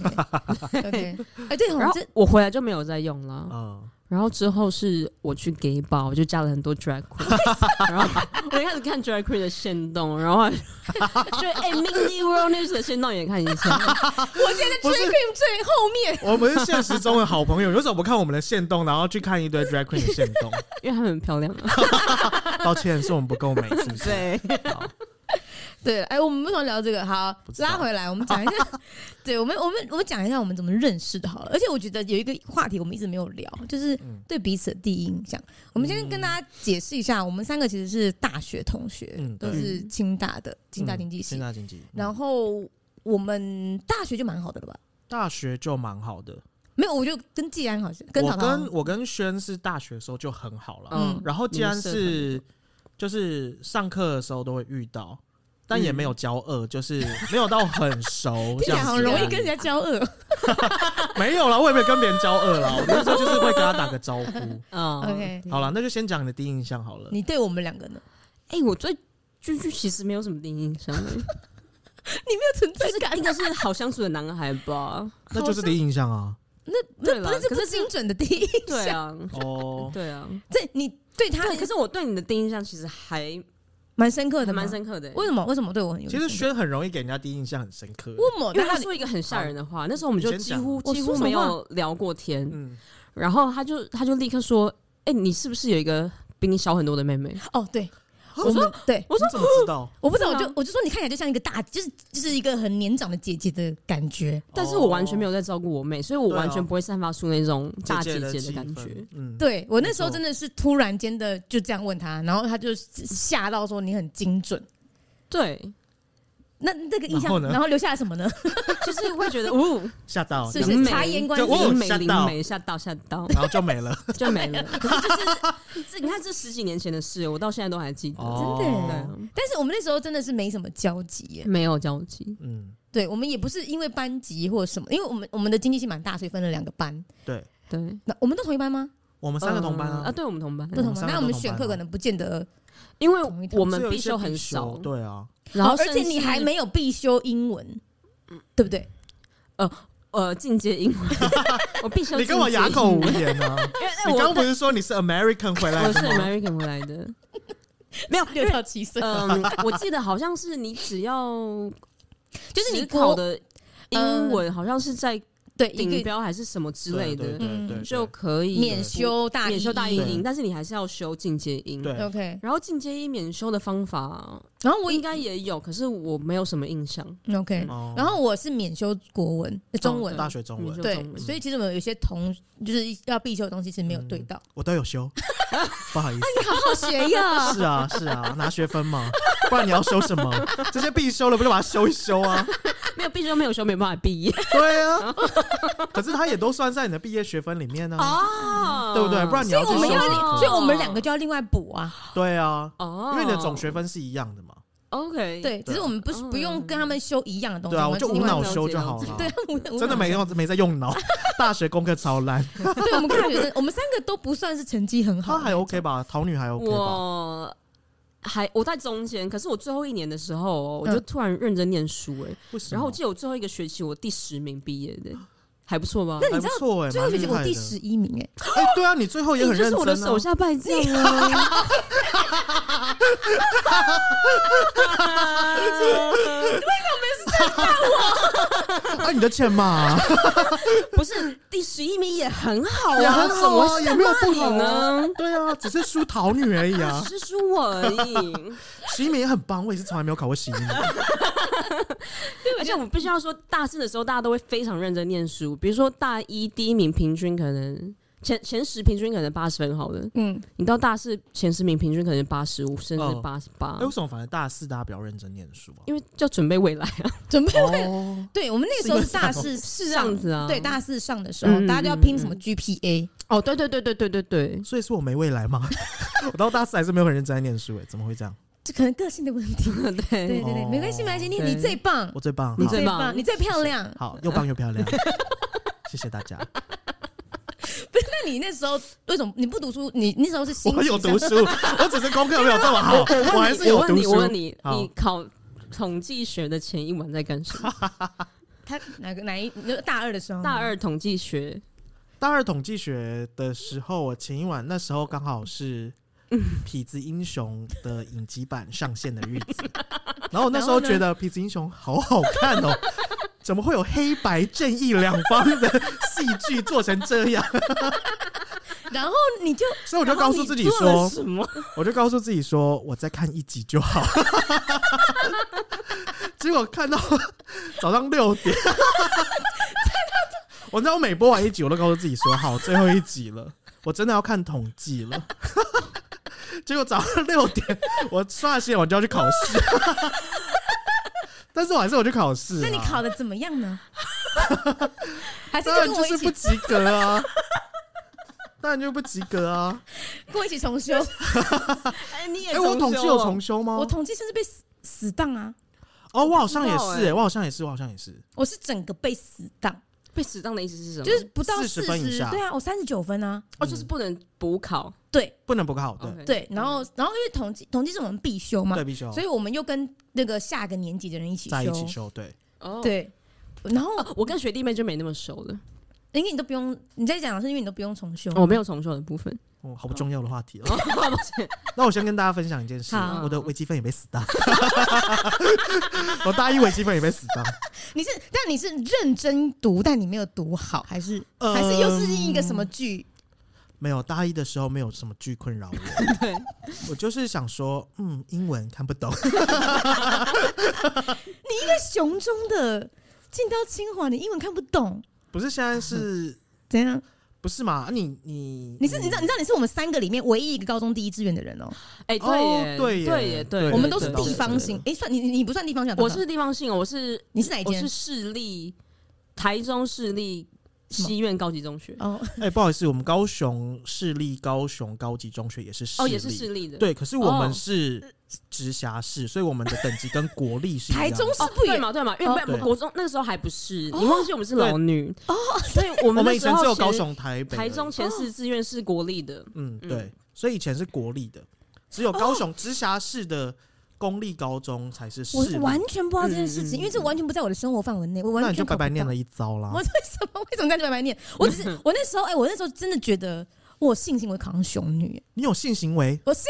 [SPEAKER 2] 能。
[SPEAKER 1] OK，哎，对，
[SPEAKER 2] 然
[SPEAKER 1] 好，哦
[SPEAKER 2] 后
[SPEAKER 1] 这哦
[SPEAKER 2] 我回来就没有再用了。
[SPEAKER 3] 嗯，
[SPEAKER 2] 然后之后是我去 gay bar，我就加了很多 drag queen，然 后我一开始看 drag queen 的线动，然后 就哎、m i n i World News 的线动也看一下，
[SPEAKER 1] 我现在
[SPEAKER 3] 不是
[SPEAKER 1] Dream Cream 最后面，
[SPEAKER 3] 我们是现实中的好朋友，有什么不看我们的线动，然后去看一堆 drag queen 的线 动？
[SPEAKER 2] 因为她们很漂亮、啊。
[SPEAKER 3] 抱歉，是我们不够美，是不是？
[SPEAKER 2] 对，
[SPEAKER 3] 好
[SPEAKER 1] 对，哎，我们为什么聊这个？好
[SPEAKER 3] 不，知道
[SPEAKER 1] 拉回来，我们讲一下，对我们，我们，我们讲一下我们怎么认识的，好了。而且我觉得有一个话题我们一直没有聊，就是
[SPEAKER 3] 嗯
[SPEAKER 1] 对彼此的第一印象。我们先跟大家解释一下，我们三个其实是大学同学，
[SPEAKER 3] 嗯
[SPEAKER 1] 都
[SPEAKER 3] 对嗯
[SPEAKER 1] 是清大的清大经济系
[SPEAKER 3] 清，大经济，
[SPEAKER 1] 然
[SPEAKER 3] 后
[SPEAKER 1] 后我们大学就蛮好的了吧？
[SPEAKER 3] 大学就蛮好的。
[SPEAKER 1] 没有，我就跟季安好像跟
[SPEAKER 3] 我
[SPEAKER 1] 淘淘
[SPEAKER 3] 跟我跟轩是大学的时候就很好了，
[SPEAKER 1] 嗯
[SPEAKER 2] 嗯，
[SPEAKER 3] 然后既然
[SPEAKER 2] 你们
[SPEAKER 3] 是就是上课的时候都会遇到，但也没有交 恶，就是没有到很熟
[SPEAKER 1] 听起
[SPEAKER 3] 这
[SPEAKER 1] 来
[SPEAKER 3] 样
[SPEAKER 1] 好
[SPEAKER 3] 子。
[SPEAKER 1] 容易跟人家交恶。
[SPEAKER 3] 没有啦，我也没有跟别人交恶啦，我那时候就是会跟他打个招呼。
[SPEAKER 2] 嗯
[SPEAKER 1] OK
[SPEAKER 3] 好了，那就先讲你的第一印象好了。
[SPEAKER 1] 你对我们两个呢？
[SPEAKER 2] 哎、我对句句其实没有什么第一印象、欸，
[SPEAKER 1] 你没有存在
[SPEAKER 2] 就是
[SPEAKER 1] 感
[SPEAKER 2] 应，该是好相处的男孩吧？
[SPEAKER 3] 那就是第一印象啊。
[SPEAKER 2] 对
[SPEAKER 1] 不
[SPEAKER 2] 了
[SPEAKER 1] 是，这
[SPEAKER 2] 可
[SPEAKER 1] 不
[SPEAKER 2] 是
[SPEAKER 1] 是精准的第 一印
[SPEAKER 2] 对
[SPEAKER 1] 象。
[SPEAKER 2] 啊，
[SPEAKER 3] 哦，
[SPEAKER 2] 对啊，
[SPEAKER 1] 这你对他
[SPEAKER 2] 对，可是我对你的第一印象其实还
[SPEAKER 1] 蛮深刻
[SPEAKER 2] 还
[SPEAKER 1] 的吗，
[SPEAKER 2] 蛮深刻的、欸。
[SPEAKER 1] 为什么？为什么对我很有
[SPEAKER 3] 其
[SPEAKER 1] 印
[SPEAKER 3] 实
[SPEAKER 1] 象？
[SPEAKER 3] 轩很容易给人家第一印象很深刻。
[SPEAKER 1] 为什么？
[SPEAKER 2] 因为
[SPEAKER 1] 那
[SPEAKER 2] 他
[SPEAKER 1] 哦他
[SPEAKER 2] 说一个很吓人的话，那时候我们就
[SPEAKER 3] 你
[SPEAKER 2] 几
[SPEAKER 3] 先讲
[SPEAKER 2] 乎
[SPEAKER 1] 我
[SPEAKER 2] 几
[SPEAKER 1] 说
[SPEAKER 2] 乎
[SPEAKER 1] 什么
[SPEAKER 2] 没有聊过天，
[SPEAKER 3] 嗯，
[SPEAKER 2] 然后他就他就立刻说：“哎、你是不是有一个比你小很多的妹妹
[SPEAKER 1] 哦，对，我们对，啊
[SPEAKER 3] 我怎么知道？
[SPEAKER 1] 我不知道，我
[SPEAKER 2] 真的
[SPEAKER 1] 就
[SPEAKER 2] 吗
[SPEAKER 1] 我就说你看起来就像一个大，就是就是一个很年长的姐姐的感觉。？”
[SPEAKER 2] 但是我完全没有在照顾我妹，所以我
[SPEAKER 3] 对啊
[SPEAKER 2] 完全不会散发出那种大姐
[SPEAKER 3] 姐
[SPEAKER 2] 姐的感
[SPEAKER 3] 气
[SPEAKER 2] 觉
[SPEAKER 3] 氛。。嗯，
[SPEAKER 1] 对我那时候
[SPEAKER 3] 没错
[SPEAKER 1] 真的是突然间的就这样问他，然后他就吓到说你很精准。
[SPEAKER 2] 对，
[SPEAKER 1] 那那个印
[SPEAKER 3] 然后
[SPEAKER 1] 象，
[SPEAKER 3] 呢
[SPEAKER 1] 然后留下来什么 呢？
[SPEAKER 2] 就是会觉得哦，
[SPEAKER 3] 吓到，
[SPEAKER 1] 是 就是
[SPEAKER 2] 灵媒
[SPEAKER 1] 察言观
[SPEAKER 3] 色就我有
[SPEAKER 2] 灵媒
[SPEAKER 3] 吓到
[SPEAKER 2] 灵媒吓到吓到
[SPEAKER 3] 然后就没了。
[SPEAKER 2] 就没了。可是就是这你看这十几年前的事，我到现在都还记得。
[SPEAKER 3] 哦
[SPEAKER 1] 真的耶
[SPEAKER 2] 对啊，
[SPEAKER 1] 但是我们那时候真的是没什么交集耶。
[SPEAKER 2] 没有交集。
[SPEAKER 3] 嗯，
[SPEAKER 1] 对我们也不是因为班级或什么，因为我们我们的经济系蛮大，所以分了两个班。
[SPEAKER 3] 对，
[SPEAKER 2] 对，
[SPEAKER 1] 那我们都同一班吗？
[SPEAKER 3] 我们三个同班
[SPEAKER 2] 嗯啊，
[SPEAKER 3] 啊，
[SPEAKER 2] 对我们同班，
[SPEAKER 1] 不同
[SPEAKER 3] 我们
[SPEAKER 1] 班。
[SPEAKER 3] 三个
[SPEAKER 1] 那我们
[SPEAKER 3] 都同
[SPEAKER 1] 选
[SPEAKER 3] 班
[SPEAKER 1] 课
[SPEAKER 3] 啊
[SPEAKER 1] 可能不见得，
[SPEAKER 2] 因为
[SPEAKER 1] 同一堂
[SPEAKER 2] 我
[SPEAKER 3] 是
[SPEAKER 2] 们
[SPEAKER 3] 有一
[SPEAKER 2] 必
[SPEAKER 3] 些
[SPEAKER 2] 修很
[SPEAKER 3] 必
[SPEAKER 2] 少，
[SPEAKER 3] 对啊，
[SPEAKER 2] 然后
[SPEAKER 1] 哦而且
[SPEAKER 2] 甚
[SPEAKER 1] 你
[SPEAKER 2] 至
[SPEAKER 1] 还没有必修英文，对不对？
[SPEAKER 2] 呃进阶英文，我必须要
[SPEAKER 3] 你跟我
[SPEAKER 2] 进阶
[SPEAKER 3] 哑口
[SPEAKER 2] 英
[SPEAKER 3] 无
[SPEAKER 2] 文
[SPEAKER 3] 言啊！
[SPEAKER 2] 因为
[SPEAKER 3] 你
[SPEAKER 2] 我
[SPEAKER 3] 刚刚不是说你是 American 回来
[SPEAKER 2] 我是
[SPEAKER 3] 的吗？
[SPEAKER 2] American 回来 的，没有，因
[SPEAKER 1] 六
[SPEAKER 2] 为
[SPEAKER 1] 到七岁，
[SPEAKER 2] 嗯，我记得好像是你只要
[SPEAKER 1] 就是你
[SPEAKER 2] 只
[SPEAKER 1] 国
[SPEAKER 2] 考的英文，好像是在
[SPEAKER 1] 对
[SPEAKER 2] 顶
[SPEAKER 1] 一个
[SPEAKER 2] 标还是什么 之类的，
[SPEAKER 3] 对对对对，
[SPEAKER 2] 就可以
[SPEAKER 1] 免修大
[SPEAKER 2] 免修大一
[SPEAKER 1] 一
[SPEAKER 2] 音，但是你还是要修进阶音。
[SPEAKER 3] 对
[SPEAKER 1] OK，
[SPEAKER 2] 然后进阶音免修的方法，
[SPEAKER 1] 然后我
[SPEAKER 2] 我应该也有，可是我没有什么印象。
[SPEAKER 1] OK，
[SPEAKER 3] 哦
[SPEAKER 1] 然后我是免修国文、呃中文，
[SPEAKER 3] 大学中
[SPEAKER 2] 免
[SPEAKER 3] 文
[SPEAKER 2] 修
[SPEAKER 1] 对
[SPEAKER 2] 中，文
[SPEAKER 1] 所以其实我们有一些同就是要必修的东西是没有对到。
[SPEAKER 3] 我都有 修，不好意思。
[SPEAKER 1] 好好学呀！
[SPEAKER 3] 是啊，是啊，拿学分嘛，不然你要修什么？这些必修了，不就把它修一修啊？
[SPEAKER 2] 没有必修，没有修，没办法毕业
[SPEAKER 3] 对啊，可是它也都算在你的毕业学分里面呢、
[SPEAKER 2] 哦
[SPEAKER 3] 对不对？不然你
[SPEAKER 1] 所以
[SPEAKER 3] 去
[SPEAKER 1] 我
[SPEAKER 3] 修
[SPEAKER 1] 们
[SPEAKER 3] 什
[SPEAKER 1] 要
[SPEAKER 2] 这
[SPEAKER 1] 另，
[SPEAKER 3] 么
[SPEAKER 2] 个
[SPEAKER 1] 所以我们两个就要另外补啊。
[SPEAKER 3] 课？对啊，
[SPEAKER 2] 哦，
[SPEAKER 3] 因为你的总学分是一样的嘛。
[SPEAKER 2] OK，，
[SPEAKER 1] 对，只是我们不是
[SPEAKER 2] 嗯
[SPEAKER 1] 不用跟他们修一样的东西，
[SPEAKER 3] 对啊，我
[SPEAKER 1] 们
[SPEAKER 3] 就是
[SPEAKER 1] 另
[SPEAKER 3] 无
[SPEAKER 1] 外
[SPEAKER 3] 脑
[SPEAKER 1] 补
[SPEAKER 3] 修就好
[SPEAKER 2] 了
[SPEAKER 3] 了
[SPEAKER 1] 对。啊，无无脑
[SPEAKER 3] 真的没
[SPEAKER 1] 修。
[SPEAKER 3] 用，没在用脑。大学功课超烂，
[SPEAKER 1] 对我们大学生，我们三个都不算是成绩很好
[SPEAKER 3] 他
[SPEAKER 1] 的，
[SPEAKER 3] 还 OK 吧？桃女还 OK 吧？
[SPEAKER 2] 我还我在中间，可是我最后一年的时候哦，我就
[SPEAKER 1] 嗯
[SPEAKER 2] 突然认真念书哎，
[SPEAKER 3] 为什么
[SPEAKER 2] 然后我记得我最后一个学期我第十名毕业的，还不错吧？
[SPEAKER 1] 那你知道
[SPEAKER 3] 还不错哎，
[SPEAKER 1] 最后学期
[SPEAKER 3] 蛮厉
[SPEAKER 1] 我
[SPEAKER 3] 害
[SPEAKER 1] 第
[SPEAKER 3] 的
[SPEAKER 1] 十一名哎，
[SPEAKER 3] 哎，对啊，你最后也很
[SPEAKER 2] 你就
[SPEAKER 3] 认
[SPEAKER 2] 是我的
[SPEAKER 3] 真
[SPEAKER 2] 手
[SPEAKER 3] 啊。
[SPEAKER 2] 下败将啊！
[SPEAKER 3] 啊，你的钱嘛，
[SPEAKER 2] 不是第十一名也很好
[SPEAKER 3] 也
[SPEAKER 2] 啊，
[SPEAKER 3] 很
[SPEAKER 2] 怎
[SPEAKER 3] 好
[SPEAKER 2] 么
[SPEAKER 3] 啊，
[SPEAKER 2] 会
[SPEAKER 3] 也没有不
[SPEAKER 2] 是
[SPEAKER 3] 好
[SPEAKER 2] 你
[SPEAKER 3] 啊。
[SPEAKER 2] 呢？
[SPEAKER 3] 对啊，只是输桃女而已啊。
[SPEAKER 2] 只是输我而已，
[SPEAKER 3] 十一名也很棒，我也是从来没有考过十 一名。
[SPEAKER 2] 而且我必须要说，大四的时候大家都会非常认真念书。比如说大一第一名平均可能前前十平均可能八十分好了，
[SPEAKER 1] 嗯，
[SPEAKER 2] 你到大四前十名平均可能八十五甚
[SPEAKER 3] 哦
[SPEAKER 2] 至八十八
[SPEAKER 3] 哎，，为什么反正大四大家比较认真念书啊？
[SPEAKER 2] 因为要准备未来啊，
[SPEAKER 1] 准备。
[SPEAKER 3] 哦，
[SPEAKER 1] 对我们那个时候是
[SPEAKER 3] 是因为
[SPEAKER 1] 大
[SPEAKER 3] 这
[SPEAKER 1] 四
[SPEAKER 3] 样
[SPEAKER 2] 是这
[SPEAKER 1] 上
[SPEAKER 2] 样，子啊。
[SPEAKER 1] 对，大四上的时候，
[SPEAKER 2] 嗯
[SPEAKER 1] 大家就要拼什么 GPA，
[SPEAKER 2] 哦，对对对对对对 对，
[SPEAKER 3] 所以是我没未来吗？ 我到大四还是没有很认真在念书，哎，怎么会这样？
[SPEAKER 1] 这可能个性的 问题。对对
[SPEAKER 2] 对，
[SPEAKER 1] 对，
[SPEAKER 3] 哦
[SPEAKER 1] 没关系，没关系，你你
[SPEAKER 2] 对
[SPEAKER 1] 最棒
[SPEAKER 3] 我，最棒，
[SPEAKER 2] 哦你
[SPEAKER 3] 好
[SPEAKER 2] 最棒
[SPEAKER 1] 你最漂亮。
[SPEAKER 3] 好，又棒又 漂亮，谢谢大家。
[SPEAKER 1] 那你那时候为什么你不读书？你那时候是心
[SPEAKER 3] 我
[SPEAKER 1] 情
[SPEAKER 3] 有
[SPEAKER 1] 上
[SPEAKER 3] 读书，我只是功课没有这么好，我还是
[SPEAKER 2] 我
[SPEAKER 3] 有
[SPEAKER 2] 问
[SPEAKER 3] 读
[SPEAKER 2] 你，我
[SPEAKER 3] 书
[SPEAKER 2] 问。你，
[SPEAKER 3] 好
[SPEAKER 2] 你考统计学的前一晚在干什么？
[SPEAKER 1] 他哪个哪一？你说大二的时候吗，
[SPEAKER 2] 大二统计学，
[SPEAKER 3] 大二统计学的时候，我前一晚那时候刚好是
[SPEAKER 2] 嗯
[SPEAKER 3] 《痞子英雄》的影集版上线的日 子，然后我那时候觉得《痞子英雄》好好看哦。怎么会有黑白正义两方的戏剧做成这样？
[SPEAKER 1] 然后你就
[SPEAKER 3] 所以我就告诉自己
[SPEAKER 2] 然后
[SPEAKER 3] 说
[SPEAKER 2] 你做了，什么？
[SPEAKER 3] 我就告诉自己说，我再看一集就好。 结果看到早上六点，我知道我每播完一集，我都告诉自己说，好，最后一集了，我真的要看统计了。 结果早上六点，我刷了洗脸我就要去考试， 但是我还是有去考试、啊。
[SPEAKER 1] 那你考的怎么样 呢？还是
[SPEAKER 3] 当
[SPEAKER 1] 就
[SPEAKER 3] 然
[SPEAKER 1] 跟
[SPEAKER 3] 就
[SPEAKER 1] 我一
[SPEAKER 3] 是
[SPEAKER 1] 起
[SPEAKER 3] 不及格啊，当然就不及格啊。
[SPEAKER 1] 跟我一起重修？
[SPEAKER 2] 哎，你也
[SPEAKER 3] 哎、我统计有重
[SPEAKER 2] 修
[SPEAKER 3] 修吗？
[SPEAKER 1] 我统计甚至被死死当啊！
[SPEAKER 3] 哦，我好像也
[SPEAKER 2] 我不
[SPEAKER 3] 是、
[SPEAKER 2] 知道欸
[SPEAKER 3] 我好像也是，我好像也是。
[SPEAKER 1] 我是整个被死当，
[SPEAKER 2] 哦被死当的意思是什么？
[SPEAKER 1] 就是不到
[SPEAKER 3] 40
[SPEAKER 1] 四
[SPEAKER 3] 分以
[SPEAKER 1] 十
[SPEAKER 3] 下，
[SPEAKER 1] 对啊，我三十九分啊，
[SPEAKER 2] 哦，就是不能补考。
[SPEAKER 1] 对
[SPEAKER 3] 不能不靠，哦对
[SPEAKER 2] OK
[SPEAKER 1] 对。然后然后因为统计统计是我们必修嘛
[SPEAKER 3] 哎对，，必须要
[SPEAKER 1] 所以我们又跟那个下个年级的人一起
[SPEAKER 3] 在一起
[SPEAKER 1] 修，
[SPEAKER 3] 修，对，
[SPEAKER 2] 哦，
[SPEAKER 1] 对。然后
[SPEAKER 2] 我跟学弟妹就没那么熟了。
[SPEAKER 1] 因为你都不用，你在讲的是因为你都不用重修，
[SPEAKER 2] 我哦没有重修的部分。
[SPEAKER 3] 哦，好不重要的话题了。
[SPEAKER 2] 哦抱歉
[SPEAKER 3] 那我先跟大家分享一件事
[SPEAKER 1] 好，
[SPEAKER 3] 我的微积分也被死当， 我大一微积分也被死当，
[SPEAKER 1] 你是，但你是认真读，但你没有读好，还是、
[SPEAKER 3] 嗯
[SPEAKER 1] 还是又是一个什么剧？
[SPEAKER 3] 没有大一的时候没有什么剧困扰我，
[SPEAKER 2] 对，
[SPEAKER 3] 我就是想说，嗯，英文看不懂，
[SPEAKER 1] 你一个雄中的进到清华，你英文看不懂，
[SPEAKER 3] 不是现在是
[SPEAKER 1] 怎样？
[SPEAKER 3] 不是嘛？啊你你
[SPEAKER 1] 你是你知道你知道你是我们三个里面唯一一个高中第一志愿的人哦、
[SPEAKER 2] 哎，
[SPEAKER 3] 哦对
[SPEAKER 2] 对
[SPEAKER 3] 耶
[SPEAKER 2] 耶，对耶，对
[SPEAKER 3] 对
[SPEAKER 2] 耶，
[SPEAKER 1] 我们都是
[SPEAKER 2] 对
[SPEAKER 1] 地方性，
[SPEAKER 3] 对
[SPEAKER 1] 哎、算你你你不算地方性，
[SPEAKER 2] 我是地方性，哦我是
[SPEAKER 1] 你是哪一
[SPEAKER 2] 我
[SPEAKER 1] 间
[SPEAKER 2] 是？市立台中市立西苑高级中学。
[SPEAKER 1] 哦，
[SPEAKER 3] 哎，不好意思，我们高雄市立高雄高级中学也是
[SPEAKER 2] 哦，也是
[SPEAKER 3] 立，
[SPEAKER 2] 市立的。
[SPEAKER 3] 对，可是我们
[SPEAKER 2] 哦
[SPEAKER 3] 是直辖市，所以我们的等级跟国立是一样
[SPEAKER 1] 台
[SPEAKER 3] 的
[SPEAKER 1] 中市
[SPEAKER 2] 哦，
[SPEAKER 1] 不
[SPEAKER 2] 对
[SPEAKER 1] 远
[SPEAKER 2] 嘛对嘛，因为
[SPEAKER 3] 对
[SPEAKER 2] 没有国中那个时候还不是，你忘记我们是老女哦，所以我
[SPEAKER 3] 我
[SPEAKER 2] 们
[SPEAKER 3] 们
[SPEAKER 2] 那
[SPEAKER 3] 以
[SPEAKER 2] 时
[SPEAKER 3] 前
[SPEAKER 2] 候
[SPEAKER 3] 只有
[SPEAKER 2] 前
[SPEAKER 3] 高雄、台北而已、
[SPEAKER 2] 台中前四志愿是国立的，
[SPEAKER 3] 嗯，
[SPEAKER 2] 嗯
[SPEAKER 3] 对，所以以前是国立的，只
[SPEAKER 1] 哦
[SPEAKER 3] 有高雄直辖市的公立高中才是市
[SPEAKER 1] 我
[SPEAKER 3] 立。
[SPEAKER 1] 完全不知道这件事情，
[SPEAKER 2] 嗯
[SPEAKER 1] 因为这完全不在我的生活范围内，我完
[SPEAKER 3] 那
[SPEAKER 1] 全
[SPEAKER 3] 你就
[SPEAKER 1] 考
[SPEAKER 3] 白
[SPEAKER 1] 不
[SPEAKER 3] 白念
[SPEAKER 1] 到
[SPEAKER 3] 了一遭啦
[SPEAKER 1] 我。为什么为什么在这白白念？我只是我那时候，哎、我那时候真的觉得我性行为考上雄女，
[SPEAKER 3] 你有性行为
[SPEAKER 1] 我性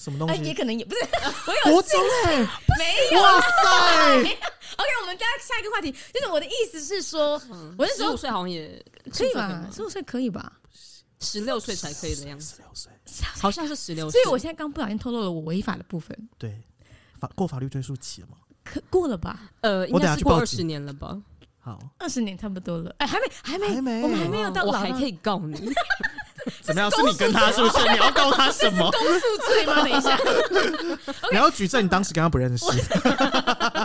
[SPEAKER 3] 什么东
[SPEAKER 1] 哎、也
[SPEAKER 3] 西？
[SPEAKER 1] 可能也不是，我有
[SPEAKER 3] 国中哎、
[SPEAKER 1] 没有
[SPEAKER 3] 哇塞！
[SPEAKER 1] OK，我们们大家下一个话题，就是我的意思是说，
[SPEAKER 2] 嗯
[SPEAKER 1] 我那时候
[SPEAKER 2] 15岁好像也
[SPEAKER 1] 可以
[SPEAKER 2] 15岁
[SPEAKER 1] 吧
[SPEAKER 2] 吗？
[SPEAKER 1] 十五岁可以吧？
[SPEAKER 2] 十六岁才可以的样子，
[SPEAKER 3] 十六岁，
[SPEAKER 2] 好像是十六
[SPEAKER 1] 所
[SPEAKER 2] 岁。
[SPEAKER 1] 以我现在刚不小心透露了我违法的部分，
[SPEAKER 3] 对，法过法律追溯期了吗？
[SPEAKER 1] 可过了吧？
[SPEAKER 2] 呃，应
[SPEAKER 3] 我等下
[SPEAKER 2] 该是
[SPEAKER 3] 去
[SPEAKER 2] 过
[SPEAKER 3] 报
[SPEAKER 2] 二
[SPEAKER 3] 警
[SPEAKER 2] 十年了吧？
[SPEAKER 3] 好，
[SPEAKER 1] 二十年差不多了，哎，还没，还没，
[SPEAKER 3] 还没
[SPEAKER 1] 我们还没有到
[SPEAKER 2] 哦我
[SPEAKER 1] 老
[SPEAKER 2] 还
[SPEAKER 1] 到
[SPEAKER 2] 可以告你，
[SPEAKER 3] 怎么样？是你跟他是不是？你要告他什么？
[SPEAKER 1] 公诉罪 吗？等一下，
[SPEAKER 3] 你要举证你当时跟他不认识，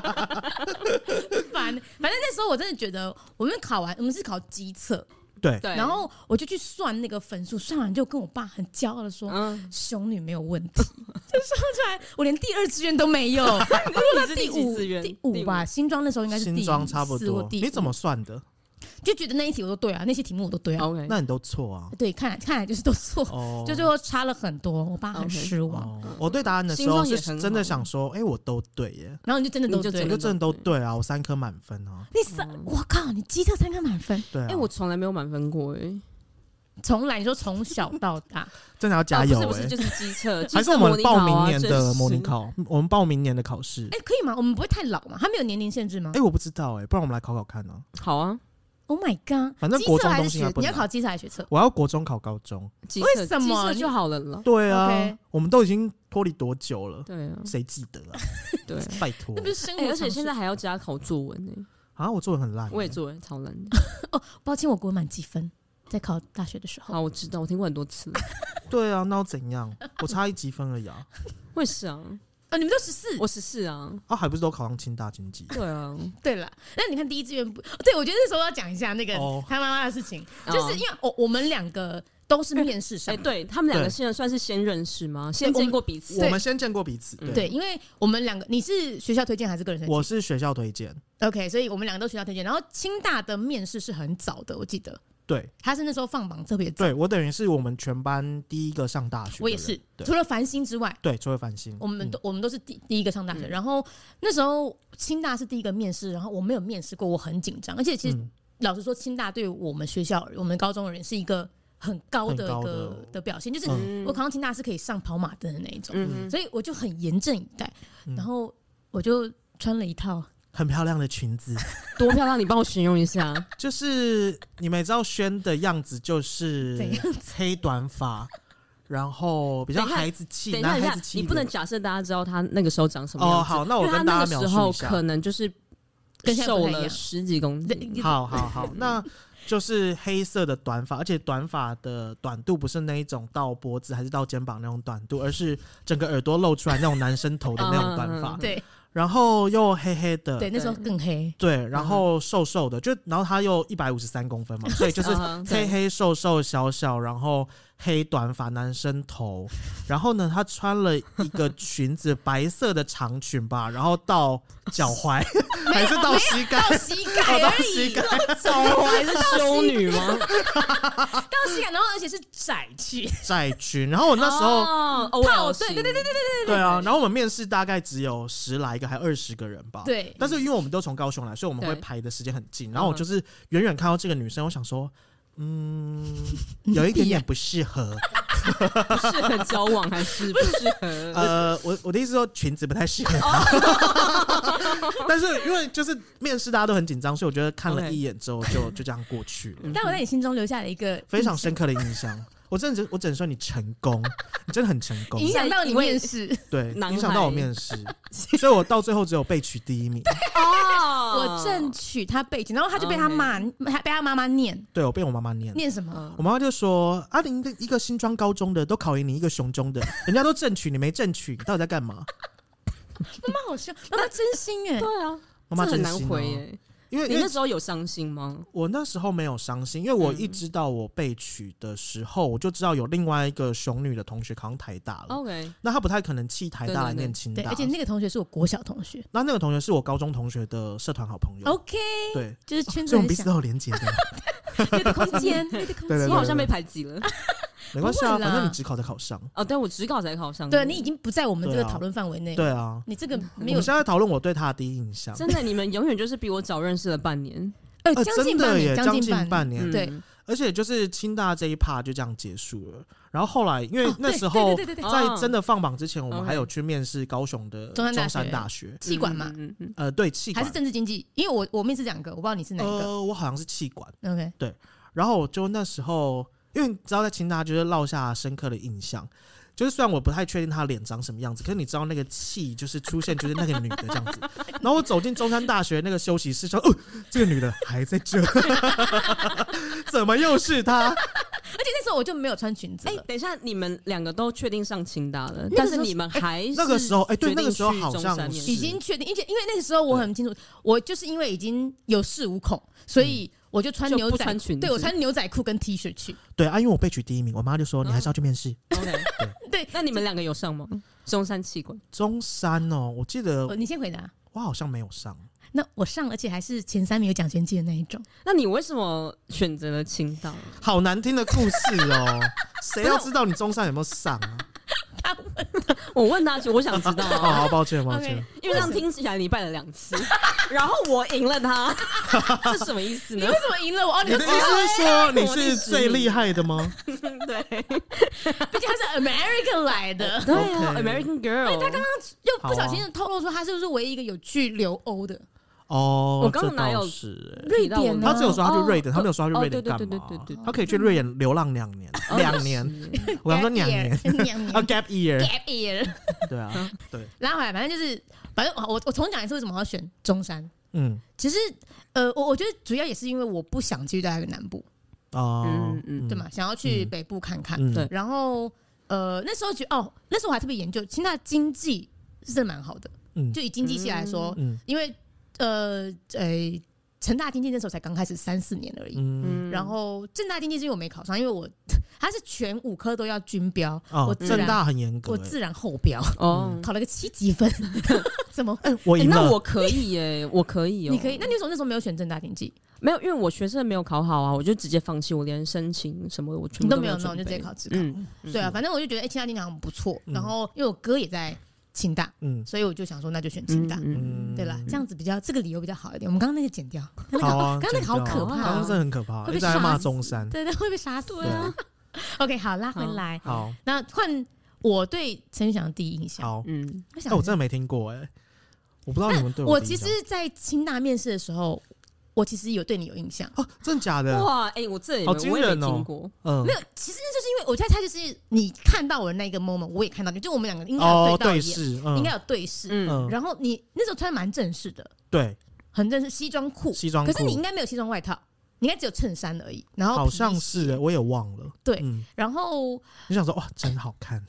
[SPEAKER 1] 烦。反正那时候我真的觉得，我们考完，我们是考机测，
[SPEAKER 3] 对，
[SPEAKER 2] 对，
[SPEAKER 1] 然后我就去算那个分数，算完就跟我爸很骄傲的说。
[SPEAKER 2] 嗯，
[SPEAKER 1] 熊女没有问题，就 算出来我连第二志愿都没有，如果到
[SPEAKER 2] 你是
[SPEAKER 1] 第
[SPEAKER 2] 第几
[SPEAKER 1] 五
[SPEAKER 2] 志愿
[SPEAKER 1] 第五吧，新庄那时候应该是第
[SPEAKER 3] 新装差不
[SPEAKER 1] 四或
[SPEAKER 3] 多。
[SPEAKER 1] 第五
[SPEAKER 3] 你怎么算的？
[SPEAKER 1] 就觉得那一题我都对啊，那些题目我都对啊，
[SPEAKER 2] OK，
[SPEAKER 3] 那你都错啊！
[SPEAKER 1] 对，看来看来就是都错，
[SPEAKER 3] 哦，
[SPEAKER 1] 就最后差了很多，我爸很
[SPEAKER 2] OK
[SPEAKER 1] 失望。
[SPEAKER 3] 哦，我对答案的时候
[SPEAKER 2] 形状也
[SPEAKER 3] 是
[SPEAKER 2] 很好
[SPEAKER 3] 真的想说，哎，我都对耶，
[SPEAKER 1] 然后你就真的都
[SPEAKER 2] 你就
[SPEAKER 1] 对
[SPEAKER 2] 真
[SPEAKER 3] 我
[SPEAKER 1] 了
[SPEAKER 2] 的嗯
[SPEAKER 3] 就，真的都对啊，我三科满分啊，
[SPEAKER 1] 你三，我靠，你机测三科满分，
[SPEAKER 3] 对啊。
[SPEAKER 2] 哎，我从来没有满分过哎，
[SPEAKER 1] 从来你说从小到大，
[SPEAKER 3] 真的要加油
[SPEAKER 2] 啊不是
[SPEAKER 3] 哎
[SPEAKER 2] 不是，！就是机 测，
[SPEAKER 3] 还是
[SPEAKER 2] 机测
[SPEAKER 3] 我们报
[SPEAKER 2] 模拟考
[SPEAKER 3] 明
[SPEAKER 2] 啊
[SPEAKER 3] 年的模拟，
[SPEAKER 2] 真是
[SPEAKER 3] 考，我们报明年的考试。
[SPEAKER 1] 哎，可以吗？我们不会太老嘛？他没有年龄限制吗
[SPEAKER 3] 哎，我不知道哎，不然我们来考考看啊！
[SPEAKER 2] 好啊，
[SPEAKER 1] ？Oh my god！
[SPEAKER 3] 反正
[SPEAKER 1] 机
[SPEAKER 3] 国
[SPEAKER 1] 测
[SPEAKER 3] 中
[SPEAKER 1] 还是
[SPEAKER 3] 东西
[SPEAKER 1] 学
[SPEAKER 3] 还，不
[SPEAKER 1] 你要
[SPEAKER 3] 难
[SPEAKER 1] 考机测还是学测？
[SPEAKER 3] 我要国中考高中。
[SPEAKER 2] 机
[SPEAKER 1] 为
[SPEAKER 2] 测
[SPEAKER 1] 什么
[SPEAKER 2] 机测就好了啦？
[SPEAKER 3] 对啊
[SPEAKER 1] OK，
[SPEAKER 3] 我们都已经脱离多久了？
[SPEAKER 2] 对 啊，
[SPEAKER 3] 谁记得啊？
[SPEAKER 2] 对。
[SPEAKER 3] 拜托
[SPEAKER 1] 那不是生活常
[SPEAKER 2] 哎，而
[SPEAKER 1] 识？
[SPEAKER 2] 且现在还要加考作文呢，
[SPEAKER 3] 啊！我做的很烂，
[SPEAKER 2] 我也作
[SPEAKER 3] 做。
[SPEAKER 2] 文超烂的。
[SPEAKER 1] 抱歉，我国满积分，在考大学的时候。
[SPEAKER 2] 好，我知道，我听过很多次了。
[SPEAKER 3] 对啊，那又怎样？我差一积分而已啊！
[SPEAKER 2] 我也是啊，
[SPEAKER 1] 啊，你们都十四。
[SPEAKER 2] 我十四啊，
[SPEAKER 3] 啊，还不是都考上清大经 济？
[SPEAKER 2] 对啊，
[SPEAKER 1] 对了，那你看第一志愿不？哦对，我觉得那时候要讲一下那个
[SPEAKER 3] 哦
[SPEAKER 1] 他妈妈的事情，就
[SPEAKER 2] 哦
[SPEAKER 3] 嗯
[SPEAKER 1] 是因为我我们两个都是面试上
[SPEAKER 2] 哎，
[SPEAKER 1] 的。
[SPEAKER 2] 对他们两个
[SPEAKER 3] 对
[SPEAKER 2] 现在算是先认识吗？先见过彼此
[SPEAKER 3] 我们先见过彼此，
[SPEAKER 2] 嗯
[SPEAKER 1] 对，因为我们两个你是学校推荐还是个人申
[SPEAKER 3] 我
[SPEAKER 1] 请
[SPEAKER 3] 是学校推荐，
[SPEAKER 1] ？OK，所以我们两个都学校推荐。然后清大的面试是很早的，我记得
[SPEAKER 3] 对
[SPEAKER 1] 他是那时候放榜特别早。
[SPEAKER 3] 对，我等于是我们全班第一个上大学，
[SPEAKER 1] 我也是，
[SPEAKER 3] 对
[SPEAKER 1] 除了繁星之外，
[SPEAKER 3] 对，除了繁星，
[SPEAKER 1] 我们都、
[SPEAKER 3] 嗯
[SPEAKER 1] 我们都是第第一个上大学。
[SPEAKER 2] 嗯
[SPEAKER 1] 然后那时候清大是第一个面试，然后我没有面试过，我很紧张，而且其实
[SPEAKER 3] 嗯
[SPEAKER 1] 老实说，清大对我们学校、我们高中的人是一个很高的
[SPEAKER 3] 很高
[SPEAKER 1] 一
[SPEAKER 3] 的
[SPEAKER 1] 个的表现，就是
[SPEAKER 3] 嗯
[SPEAKER 1] 我考上清大是可以上跑马灯的那一种，
[SPEAKER 2] 嗯
[SPEAKER 1] 所以我就很严阵以待，
[SPEAKER 3] 嗯
[SPEAKER 1] 然后我就穿了一套，
[SPEAKER 3] 很漂亮的裙子，
[SPEAKER 2] 多漂亮！你帮我形容一下，
[SPEAKER 3] 就是你们也知道轩的样子就是
[SPEAKER 1] 怎样
[SPEAKER 3] 黑短发，然后比较
[SPEAKER 2] 等一下
[SPEAKER 3] 孩子气，
[SPEAKER 2] 等一下，
[SPEAKER 3] 男
[SPEAKER 2] 等
[SPEAKER 3] 孩
[SPEAKER 2] 一
[SPEAKER 3] 子
[SPEAKER 2] 下，
[SPEAKER 3] 气一
[SPEAKER 2] 你
[SPEAKER 3] 点，
[SPEAKER 2] 不能假设大家知道他那个时候长什么样子。
[SPEAKER 3] 哦，好，那
[SPEAKER 2] 因
[SPEAKER 3] 我
[SPEAKER 2] 为他
[SPEAKER 3] 跟
[SPEAKER 2] 那
[SPEAKER 3] 大
[SPEAKER 2] 个
[SPEAKER 3] 家描
[SPEAKER 2] 时
[SPEAKER 3] 述
[SPEAKER 2] 候
[SPEAKER 3] 一下，
[SPEAKER 2] 可能就是
[SPEAKER 1] 跟现在不
[SPEAKER 2] 瘦
[SPEAKER 1] 太一样
[SPEAKER 2] 了十几公
[SPEAKER 1] 对
[SPEAKER 2] 斤，
[SPEAKER 3] 好好好，那就是黑色的短发，而且短发的短度不是那一种到脖子还是到肩膀那种短度，而是整个耳朵露出来那种男生头的那种短发
[SPEAKER 2] 嗯，
[SPEAKER 1] 对
[SPEAKER 3] 然后又黑黑的，
[SPEAKER 1] 对，那时候更 黑，
[SPEAKER 3] 嗯对然后瘦瘦的，就然后他又一百五十三公分嘛，所以就是
[SPEAKER 2] 嗯
[SPEAKER 3] 黑黑瘦瘦小小，然后黑短发男生头，然后呢，他穿了一个裙子，白色的长裙吧，然后到脚踝 还是到膝盖，
[SPEAKER 1] 到膝盖
[SPEAKER 3] 哦到
[SPEAKER 1] 而
[SPEAKER 3] 膝
[SPEAKER 1] 已，
[SPEAKER 3] 盖，
[SPEAKER 2] 我还 是修女 吗？
[SPEAKER 1] 到膝盖，然后而且是窄裙，
[SPEAKER 3] 窄裙。然后我那时候、
[SPEAKER 2] 哦
[SPEAKER 1] 套
[SPEAKER 2] ，OL
[SPEAKER 1] 对
[SPEAKER 2] 型
[SPEAKER 1] 对对对对对
[SPEAKER 3] 对啊，然后我们面试大概只有十来个，还二十个人吧。。
[SPEAKER 1] 对，
[SPEAKER 3] 哦但是因为我们都从高雄来，所以我们会
[SPEAKER 2] 对
[SPEAKER 3] 排的时间很近。然后我就是远远看到这个女生，我想说，嗯，有一点点不适合。
[SPEAKER 2] 不适合 交往还是不适 合？
[SPEAKER 3] 呃，我我的意思说裙子不太适合她。 但是因为就是面试大家都很紧张，所以我觉得看了
[SPEAKER 2] 哦 OK
[SPEAKER 3] 一眼之后 就就这样过去了，
[SPEAKER 1] 但我在你心中留下了一个
[SPEAKER 3] 嗯非常深刻的印
[SPEAKER 2] 嗯
[SPEAKER 3] 象。我真的只我只能说你成 功，你真的很成功
[SPEAKER 1] 影，响到你面试，
[SPEAKER 3] 对，
[SPEAKER 2] 男
[SPEAKER 3] 影响到我
[SPEAKER 2] 孩
[SPEAKER 3] 面试， 所以我到最后只有被取第 一名。
[SPEAKER 2] 哦
[SPEAKER 1] 我正取他背景，然后他就被他
[SPEAKER 3] 哦
[SPEAKER 1] 妈还被他妈妈念
[SPEAKER 3] 对我被我妈妈念，
[SPEAKER 1] 念什么？
[SPEAKER 3] 我妈妈就说：“阿玲的一个新庄高中的都考赢你一个雄中的，人家都正取，你没正取，你到底在干嘛
[SPEAKER 1] 妈好笑，妈妈真心哎
[SPEAKER 3] 嗯
[SPEAKER 2] 对，啊，？”
[SPEAKER 3] 妈妈
[SPEAKER 2] 这很
[SPEAKER 3] 真
[SPEAKER 2] 难
[SPEAKER 3] 心哦
[SPEAKER 2] 回耶。
[SPEAKER 3] 因为
[SPEAKER 2] 你
[SPEAKER 3] 因为
[SPEAKER 2] 那时候有伤心吗？
[SPEAKER 3] 我那时候没有伤心，因为我
[SPEAKER 1] 嗯
[SPEAKER 3] 一知道我被取的时候，我就知道有另外一个雄女的同学考上台大了。
[SPEAKER 2] OK，
[SPEAKER 3] 那她不太可能弃台大来
[SPEAKER 2] 对对对
[SPEAKER 3] 念清
[SPEAKER 1] 哦对，
[SPEAKER 3] 大
[SPEAKER 1] 而，且那个同学是我国小同学
[SPEAKER 3] 那那个同学是我高中同学的社团好朋友，
[SPEAKER 1] ，OK，
[SPEAKER 3] 对，
[SPEAKER 1] 就是圈
[SPEAKER 3] 嗯哦所
[SPEAKER 1] 子
[SPEAKER 3] 以我
[SPEAKER 1] 哦很
[SPEAKER 3] 们彼此
[SPEAKER 1] 小，
[SPEAKER 3] 都有连结 的，
[SPEAKER 1] 有的空间，有 的空
[SPEAKER 3] 对对
[SPEAKER 1] 间
[SPEAKER 2] 我
[SPEAKER 3] 对。
[SPEAKER 2] 好像被排挤了。
[SPEAKER 3] 没关系啊，
[SPEAKER 1] 不会啦
[SPEAKER 3] 反正你只考才考上。
[SPEAKER 2] 哦，对，我只考才考上。
[SPEAKER 1] 对 你已经不在我们这个
[SPEAKER 3] 嗯对啊
[SPEAKER 1] 讨论范围内，
[SPEAKER 3] 对啊，
[SPEAKER 1] 你这个
[SPEAKER 3] 我
[SPEAKER 1] 没有
[SPEAKER 3] 们现在讨论我对他的第一印象，
[SPEAKER 2] 真的，你们永远就是比我早认识了半年。
[SPEAKER 1] 呃
[SPEAKER 3] 呃，
[SPEAKER 1] 将
[SPEAKER 3] 真
[SPEAKER 1] 近半
[SPEAKER 3] 的
[SPEAKER 1] 年，
[SPEAKER 3] 耶，将
[SPEAKER 1] 近
[SPEAKER 3] 近
[SPEAKER 1] 半
[SPEAKER 3] 半年
[SPEAKER 2] 嗯，
[SPEAKER 1] 对
[SPEAKER 3] 而且就是清大这一趴就这样结束了。然后后来，因为那时候
[SPEAKER 1] 哦对对对对对，
[SPEAKER 3] 在
[SPEAKER 2] 哦
[SPEAKER 3] 真的放榜之前，我们
[SPEAKER 2] OK
[SPEAKER 3] 还有去面试高雄的
[SPEAKER 1] 中山大
[SPEAKER 3] 中
[SPEAKER 1] 学
[SPEAKER 3] 山大学，
[SPEAKER 1] 气管嘛，
[SPEAKER 2] 嗯，嗯嗯嗯
[SPEAKER 3] 呃，对，气
[SPEAKER 1] 还
[SPEAKER 3] 管
[SPEAKER 1] 是，政治经济？因为我我面试两个，我不知道你是哪一个。
[SPEAKER 3] 呃，我好像是气管。
[SPEAKER 1] OK，
[SPEAKER 3] 然后我就那时候，因为你知道在清大就是落下深刻的印象，就是虽然我不太确定她脸长什么样子，可是你知道那个气就是出现就是那个女的这样子。然后我走进中山大学那个休息室，说：“哦，这个女的还在这， 怎么又是她？
[SPEAKER 1] 而且那时候我就没有穿裙子
[SPEAKER 2] 哎、
[SPEAKER 1] 了。
[SPEAKER 2] 等一下，你们两个都确定上清大了，
[SPEAKER 1] 个
[SPEAKER 2] 但
[SPEAKER 1] 时
[SPEAKER 2] 是
[SPEAKER 1] 候
[SPEAKER 2] 你们还是
[SPEAKER 3] 那个时候哎对
[SPEAKER 2] 决定
[SPEAKER 3] 那个时候好
[SPEAKER 2] 去中
[SPEAKER 3] 像
[SPEAKER 2] 山面
[SPEAKER 3] 是
[SPEAKER 2] 试
[SPEAKER 1] 已经确定，因为因为那个时候我很清楚，我就是因为已经有恃无恐，所以
[SPEAKER 3] 嗯
[SPEAKER 1] 我就穿
[SPEAKER 2] 就
[SPEAKER 1] 牛
[SPEAKER 2] 不
[SPEAKER 1] 仔
[SPEAKER 2] 穿裙子
[SPEAKER 1] 对我穿牛仔裤跟 T 恤去。
[SPEAKER 3] 对啊，因为我被取第一名，我妈就说你还是
[SPEAKER 1] 嗯
[SPEAKER 3] 要去面试
[SPEAKER 2] OK。
[SPEAKER 1] 对，
[SPEAKER 2] 那你们两个有上吗？中山气管
[SPEAKER 3] 中山哦。我记得
[SPEAKER 1] 我你先回答。
[SPEAKER 3] 我好像没有上，
[SPEAKER 1] 那我上，而且还是前三名有奖学金的那一种。
[SPEAKER 3] 哦
[SPEAKER 2] 那你为什么选择了青岛？
[SPEAKER 3] 好难听的故事哦。谁要知道你中山有没有上啊？
[SPEAKER 2] 我问大家，我想知道
[SPEAKER 3] 哦，
[SPEAKER 2] 啊，
[SPEAKER 3] 好抱歉，抱歉
[SPEAKER 1] OK。
[SPEAKER 2] 因为这样听起来你拜了两次， 然后我赢了他，这什么意思
[SPEAKER 1] 你
[SPEAKER 2] 呢
[SPEAKER 1] 为？什么赢了我？哦，你
[SPEAKER 3] 你的意思是说你是最厉害的吗？
[SPEAKER 2] 对
[SPEAKER 1] 毕竟他是 American 来
[SPEAKER 3] 哦
[SPEAKER 1] 的，
[SPEAKER 2] 对啊，American Girl，他刚刚
[SPEAKER 1] 又
[SPEAKER 3] 啊
[SPEAKER 1] 不小心地透露说他是不是唯一一个有去留欧的？
[SPEAKER 3] 哦，
[SPEAKER 2] 我刚刚
[SPEAKER 3] 这
[SPEAKER 2] 哪
[SPEAKER 3] 倒
[SPEAKER 2] 有
[SPEAKER 3] 是欸
[SPEAKER 1] 瑞典呢
[SPEAKER 3] 他只有说他去瑞典，
[SPEAKER 2] 哦
[SPEAKER 3] 他没有说他去瑞典
[SPEAKER 2] 哦
[SPEAKER 3] 干
[SPEAKER 2] 对对
[SPEAKER 3] 嘛
[SPEAKER 2] 对对对对？
[SPEAKER 3] 他可以去瑞典流浪两年，
[SPEAKER 2] 哦
[SPEAKER 3] 两 年。我刚说两年
[SPEAKER 1] Gap year，两
[SPEAKER 3] 啊
[SPEAKER 1] 年
[SPEAKER 3] ，gap year，
[SPEAKER 1] ，gap year。
[SPEAKER 3] 对啊，
[SPEAKER 1] 然后后来反正就是，反正我我重讲一次为什么我要选中山。
[SPEAKER 3] 嗯
[SPEAKER 1] 其实，呃，我我觉得主要也是因为我不想继续待在南部，
[SPEAKER 3] 哦
[SPEAKER 2] 嗯，嗯
[SPEAKER 1] 对吗？想要去
[SPEAKER 3] 嗯
[SPEAKER 1] 北部看看。
[SPEAKER 3] 嗯
[SPEAKER 2] 对
[SPEAKER 1] 然后，呃，那时候觉得哦，那时候我还特别研究，清大经济是真的蛮好的，
[SPEAKER 3] 嗯
[SPEAKER 1] 就以经济系来说，
[SPEAKER 3] 嗯
[SPEAKER 1] 因为呃呃，成大经济那时候才刚开始三四年而已。
[SPEAKER 3] 嗯，
[SPEAKER 2] 嗯
[SPEAKER 1] 然后正大经济是因为我没考上，因为我 它是全五科都要均标，
[SPEAKER 3] 哦
[SPEAKER 1] 我，自然
[SPEAKER 3] 正大很严格
[SPEAKER 1] 我
[SPEAKER 3] 欸。
[SPEAKER 1] 自然后标，
[SPEAKER 2] 哦，
[SPEAKER 1] 考了个七级分， 怎么？
[SPEAKER 3] 哎， 我
[SPEAKER 2] 哎
[SPEAKER 3] 赢
[SPEAKER 2] 那我
[SPEAKER 3] 了，
[SPEAKER 2] 可以耶，我可以哦，
[SPEAKER 1] 你可以？那你为什么那时候没有选正大经济？
[SPEAKER 2] 没有，因为我学生没有考好啊，我就直接放弃，我连申请什么我全
[SPEAKER 1] 你
[SPEAKER 2] 部
[SPEAKER 1] 都
[SPEAKER 2] 没
[SPEAKER 1] 没有
[SPEAKER 2] 准
[SPEAKER 1] 弄，就直接
[SPEAKER 2] 备
[SPEAKER 1] 考职考。
[SPEAKER 2] 嗯，
[SPEAKER 1] 对啊，反正我就觉得哎，清大经济好像不错。
[SPEAKER 3] 嗯
[SPEAKER 1] 然后因为我哥也在清大，
[SPEAKER 3] 嗯
[SPEAKER 1] 所以我就想说那就选清大，
[SPEAKER 2] 嗯
[SPEAKER 3] 嗯，
[SPEAKER 1] 对吧？这样子比较这个理由比较好一点。我们刚刚那个剪掉，刚刚那
[SPEAKER 3] 好
[SPEAKER 1] 个
[SPEAKER 3] 啊，
[SPEAKER 1] 刚刚那个好
[SPEAKER 3] 剪掉
[SPEAKER 1] 可
[SPEAKER 2] 啊
[SPEAKER 1] 怕
[SPEAKER 3] 刚刚
[SPEAKER 1] 哦
[SPEAKER 3] 真，的很可怕，
[SPEAKER 1] 会
[SPEAKER 3] 一
[SPEAKER 1] 被
[SPEAKER 3] 直在骂
[SPEAKER 1] 杀死
[SPEAKER 3] 中山。
[SPEAKER 1] 对，那会被杀死
[SPEAKER 2] 对啊
[SPEAKER 1] 啊。OK，好，拉回
[SPEAKER 2] 好
[SPEAKER 1] 来。
[SPEAKER 3] 好
[SPEAKER 1] 那换我对陈宇翔的第一印象，
[SPEAKER 3] 好，
[SPEAKER 2] 嗯，
[SPEAKER 1] 我想
[SPEAKER 3] 哎，我真的没听过哎，我不知道你们对
[SPEAKER 1] 我
[SPEAKER 3] 的
[SPEAKER 1] 其
[SPEAKER 3] 印
[SPEAKER 1] 实
[SPEAKER 3] 象，
[SPEAKER 1] 在清大面试的时候，我其实有对你有印象。
[SPEAKER 3] 哦，真的假的？
[SPEAKER 2] 哇，哎，我这里
[SPEAKER 3] 好
[SPEAKER 2] 没
[SPEAKER 3] 惊
[SPEAKER 2] 我也
[SPEAKER 3] 人
[SPEAKER 2] 没
[SPEAKER 3] 哦
[SPEAKER 2] 听过，
[SPEAKER 3] 嗯
[SPEAKER 1] 没，有，其实那就是因为我在猜，就是你看到我的那个 moment，我也看到你，就我们两个应该有
[SPEAKER 3] 哦，
[SPEAKER 1] 对到
[SPEAKER 3] 对
[SPEAKER 1] 眼，
[SPEAKER 3] 是，嗯
[SPEAKER 1] 应该有对视。
[SPEAKER 2] 嗯，
[SPEAKER 3] 嗯，
[SPEAKER 1] 然后你那时候穿得蛮正式的，
[SPEAKER 3] 对，
[SPEAKER 1] 很正式，西装裤，
[SPEAKER 3] 西装
[SPEAKER 1] 可
[SPEAKER 3] 裤，
[SPEAKER 1] 是你应该没有西装外套，你应该只有衬衫而已。然后
[SPEAKER 3] 好
[SPEAKER 1] 皮
[SPEAKER 3] 像
[SPEAKER 1] 鞋
[SPEAKER 3] 是欸，，我也忘了。
[SPEAKER 1] 对
[SPEAKER 3] 嗯，
[SPEAKER 1] 然后
[SPEAKER 3] 你想说哇，真好看，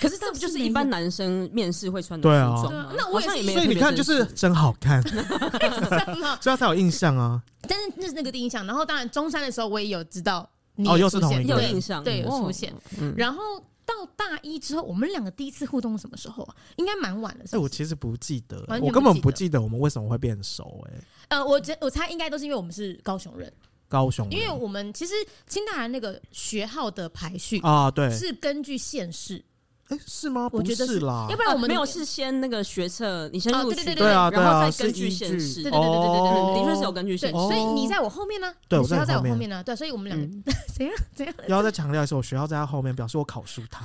[SPEAKER 2] 可是这不就是一般男生面试会穿的
[SPEAKER 3] 对啊
[SPEAKER 2] 服装
[SPEAKER 1] 对啊
[SPEAKER 2] 吗？
[SPEAKER 1] 那我也
[SPEAKER 2] 好像
[SPEAKER 1] 是
[SPEAKER 2] 没有
[SPEAKER 3] 所以
[SPEAKER 2] 特
[SPEAKER 3] 你
[SPEAKER 2] 别
[SPEAKER 3] 看
[SPEAKER 2] 正
[SPEAKER 3] 就是
[SPEAKER 2] 式
[SPEAKER 3] 真好 看，
[SPEAKER 1] 什么？
[SPEAKER 3] 所以他才有印 象啊。
[SPEAKER 1] 但是那是那个第一印象。然后当然中山的时候，我也有知道你
[SPEAKER 3] 哦
[SPEAKER 1] 也
[SPEAKER 3] 又是
[SPEAKER 1] 出现
[SPEAKER 3] 同一个
[SPEAKER 2] 有
[SPEAKER 1] 对
[SPEAKER 2] 印象，
[SPEAKER 1] 对有
[SPEAKER 2] 哦
[SPEAKER 1] 出现。，
[SPEAKER 2] 嗯
[SPEAKER 1] 然后到大一之后，我们两个第一次互动是什么时候啊？应该蛮晚了，是
[SPEAKER 3] 哎，
[SPEAKER 1] 不
[SPEAKER 3] 我
[SPEAKER 1] 是？
[SPEAKER 3] 其实不记得
[SPEAKER 1] 完
[SPEAKER 3] 欸，
[SPEAKER 1] 全
[SPEAKER 3] 我根本
[SPEAKER 1] 不
[SPEAKER 3] 不
[SPEAKER 1] 记
[SPEAKER 3] 记得我们为什么会变熟。哎，
[SPEAKER 1] 呃，我觉我猜应该都是因为我们是高雄人，
[SPEAKER 3] 高雄人，
[SPEAKER 1] 因为我们其实清大的那个学号的排序
[SPEAKER 3] 啊，对，
[SPEAKER 1] 是根据县市，
[SPEAKER 3] 哎，是吗？
[SPEAKER 1] 我
[SPEAKER 3] 不
[SPEAKER 1] 觉得
[SPEAKER 3] 是啦
[SPEAKER 1] 要，不然我们
[SPEAKER 2] 啊没有是先那个学测，你先
[SPEAKER 1] 哦
[SPEAKER 2] 录
[SPEAKER 1] 对
[SPEAKER 2] 取，
[SPEAKER 1] 对对
[SPEAKER 3] 对啊，对
[SPEAKER 2] 然后
[SPEAKER 3] 啊，
[SPEAKER 2] 再根
[SPEAKER 3] 是
[SPEAKER 2] 据
[SPEAKER 3] 依
[SPEAKER 2] 县市，
[SPEAKER 1] 对对对对对
[SPEAKER 2] 嗯，
[SPEAKER 3] 哦
[SPEAKER 2] 的确是有根据县
[SPEAKER 1] 对，
[SPEAKER 2] 市，
[SPEAKER 3] 哦
[SPEAKER 1] 所以你在我后面呢，
[SPEAKER 3] 对
[SPEAKER 1] 你
[SPEAKER 3] 我在
[SPEAKER 1] 学校
[SPEAKER 3] 你
[SPEAKER 1] 在我
[SPEAKER 3] 后面
[SPEAKER 1] 后面呢，对，所以我们两个
[SPEAKER 2] 嗯，
[SPEAKER 1] 怎样怎样？
[SPEAKER 3] 要再强调一次，我学校在他后面，表示我考输他。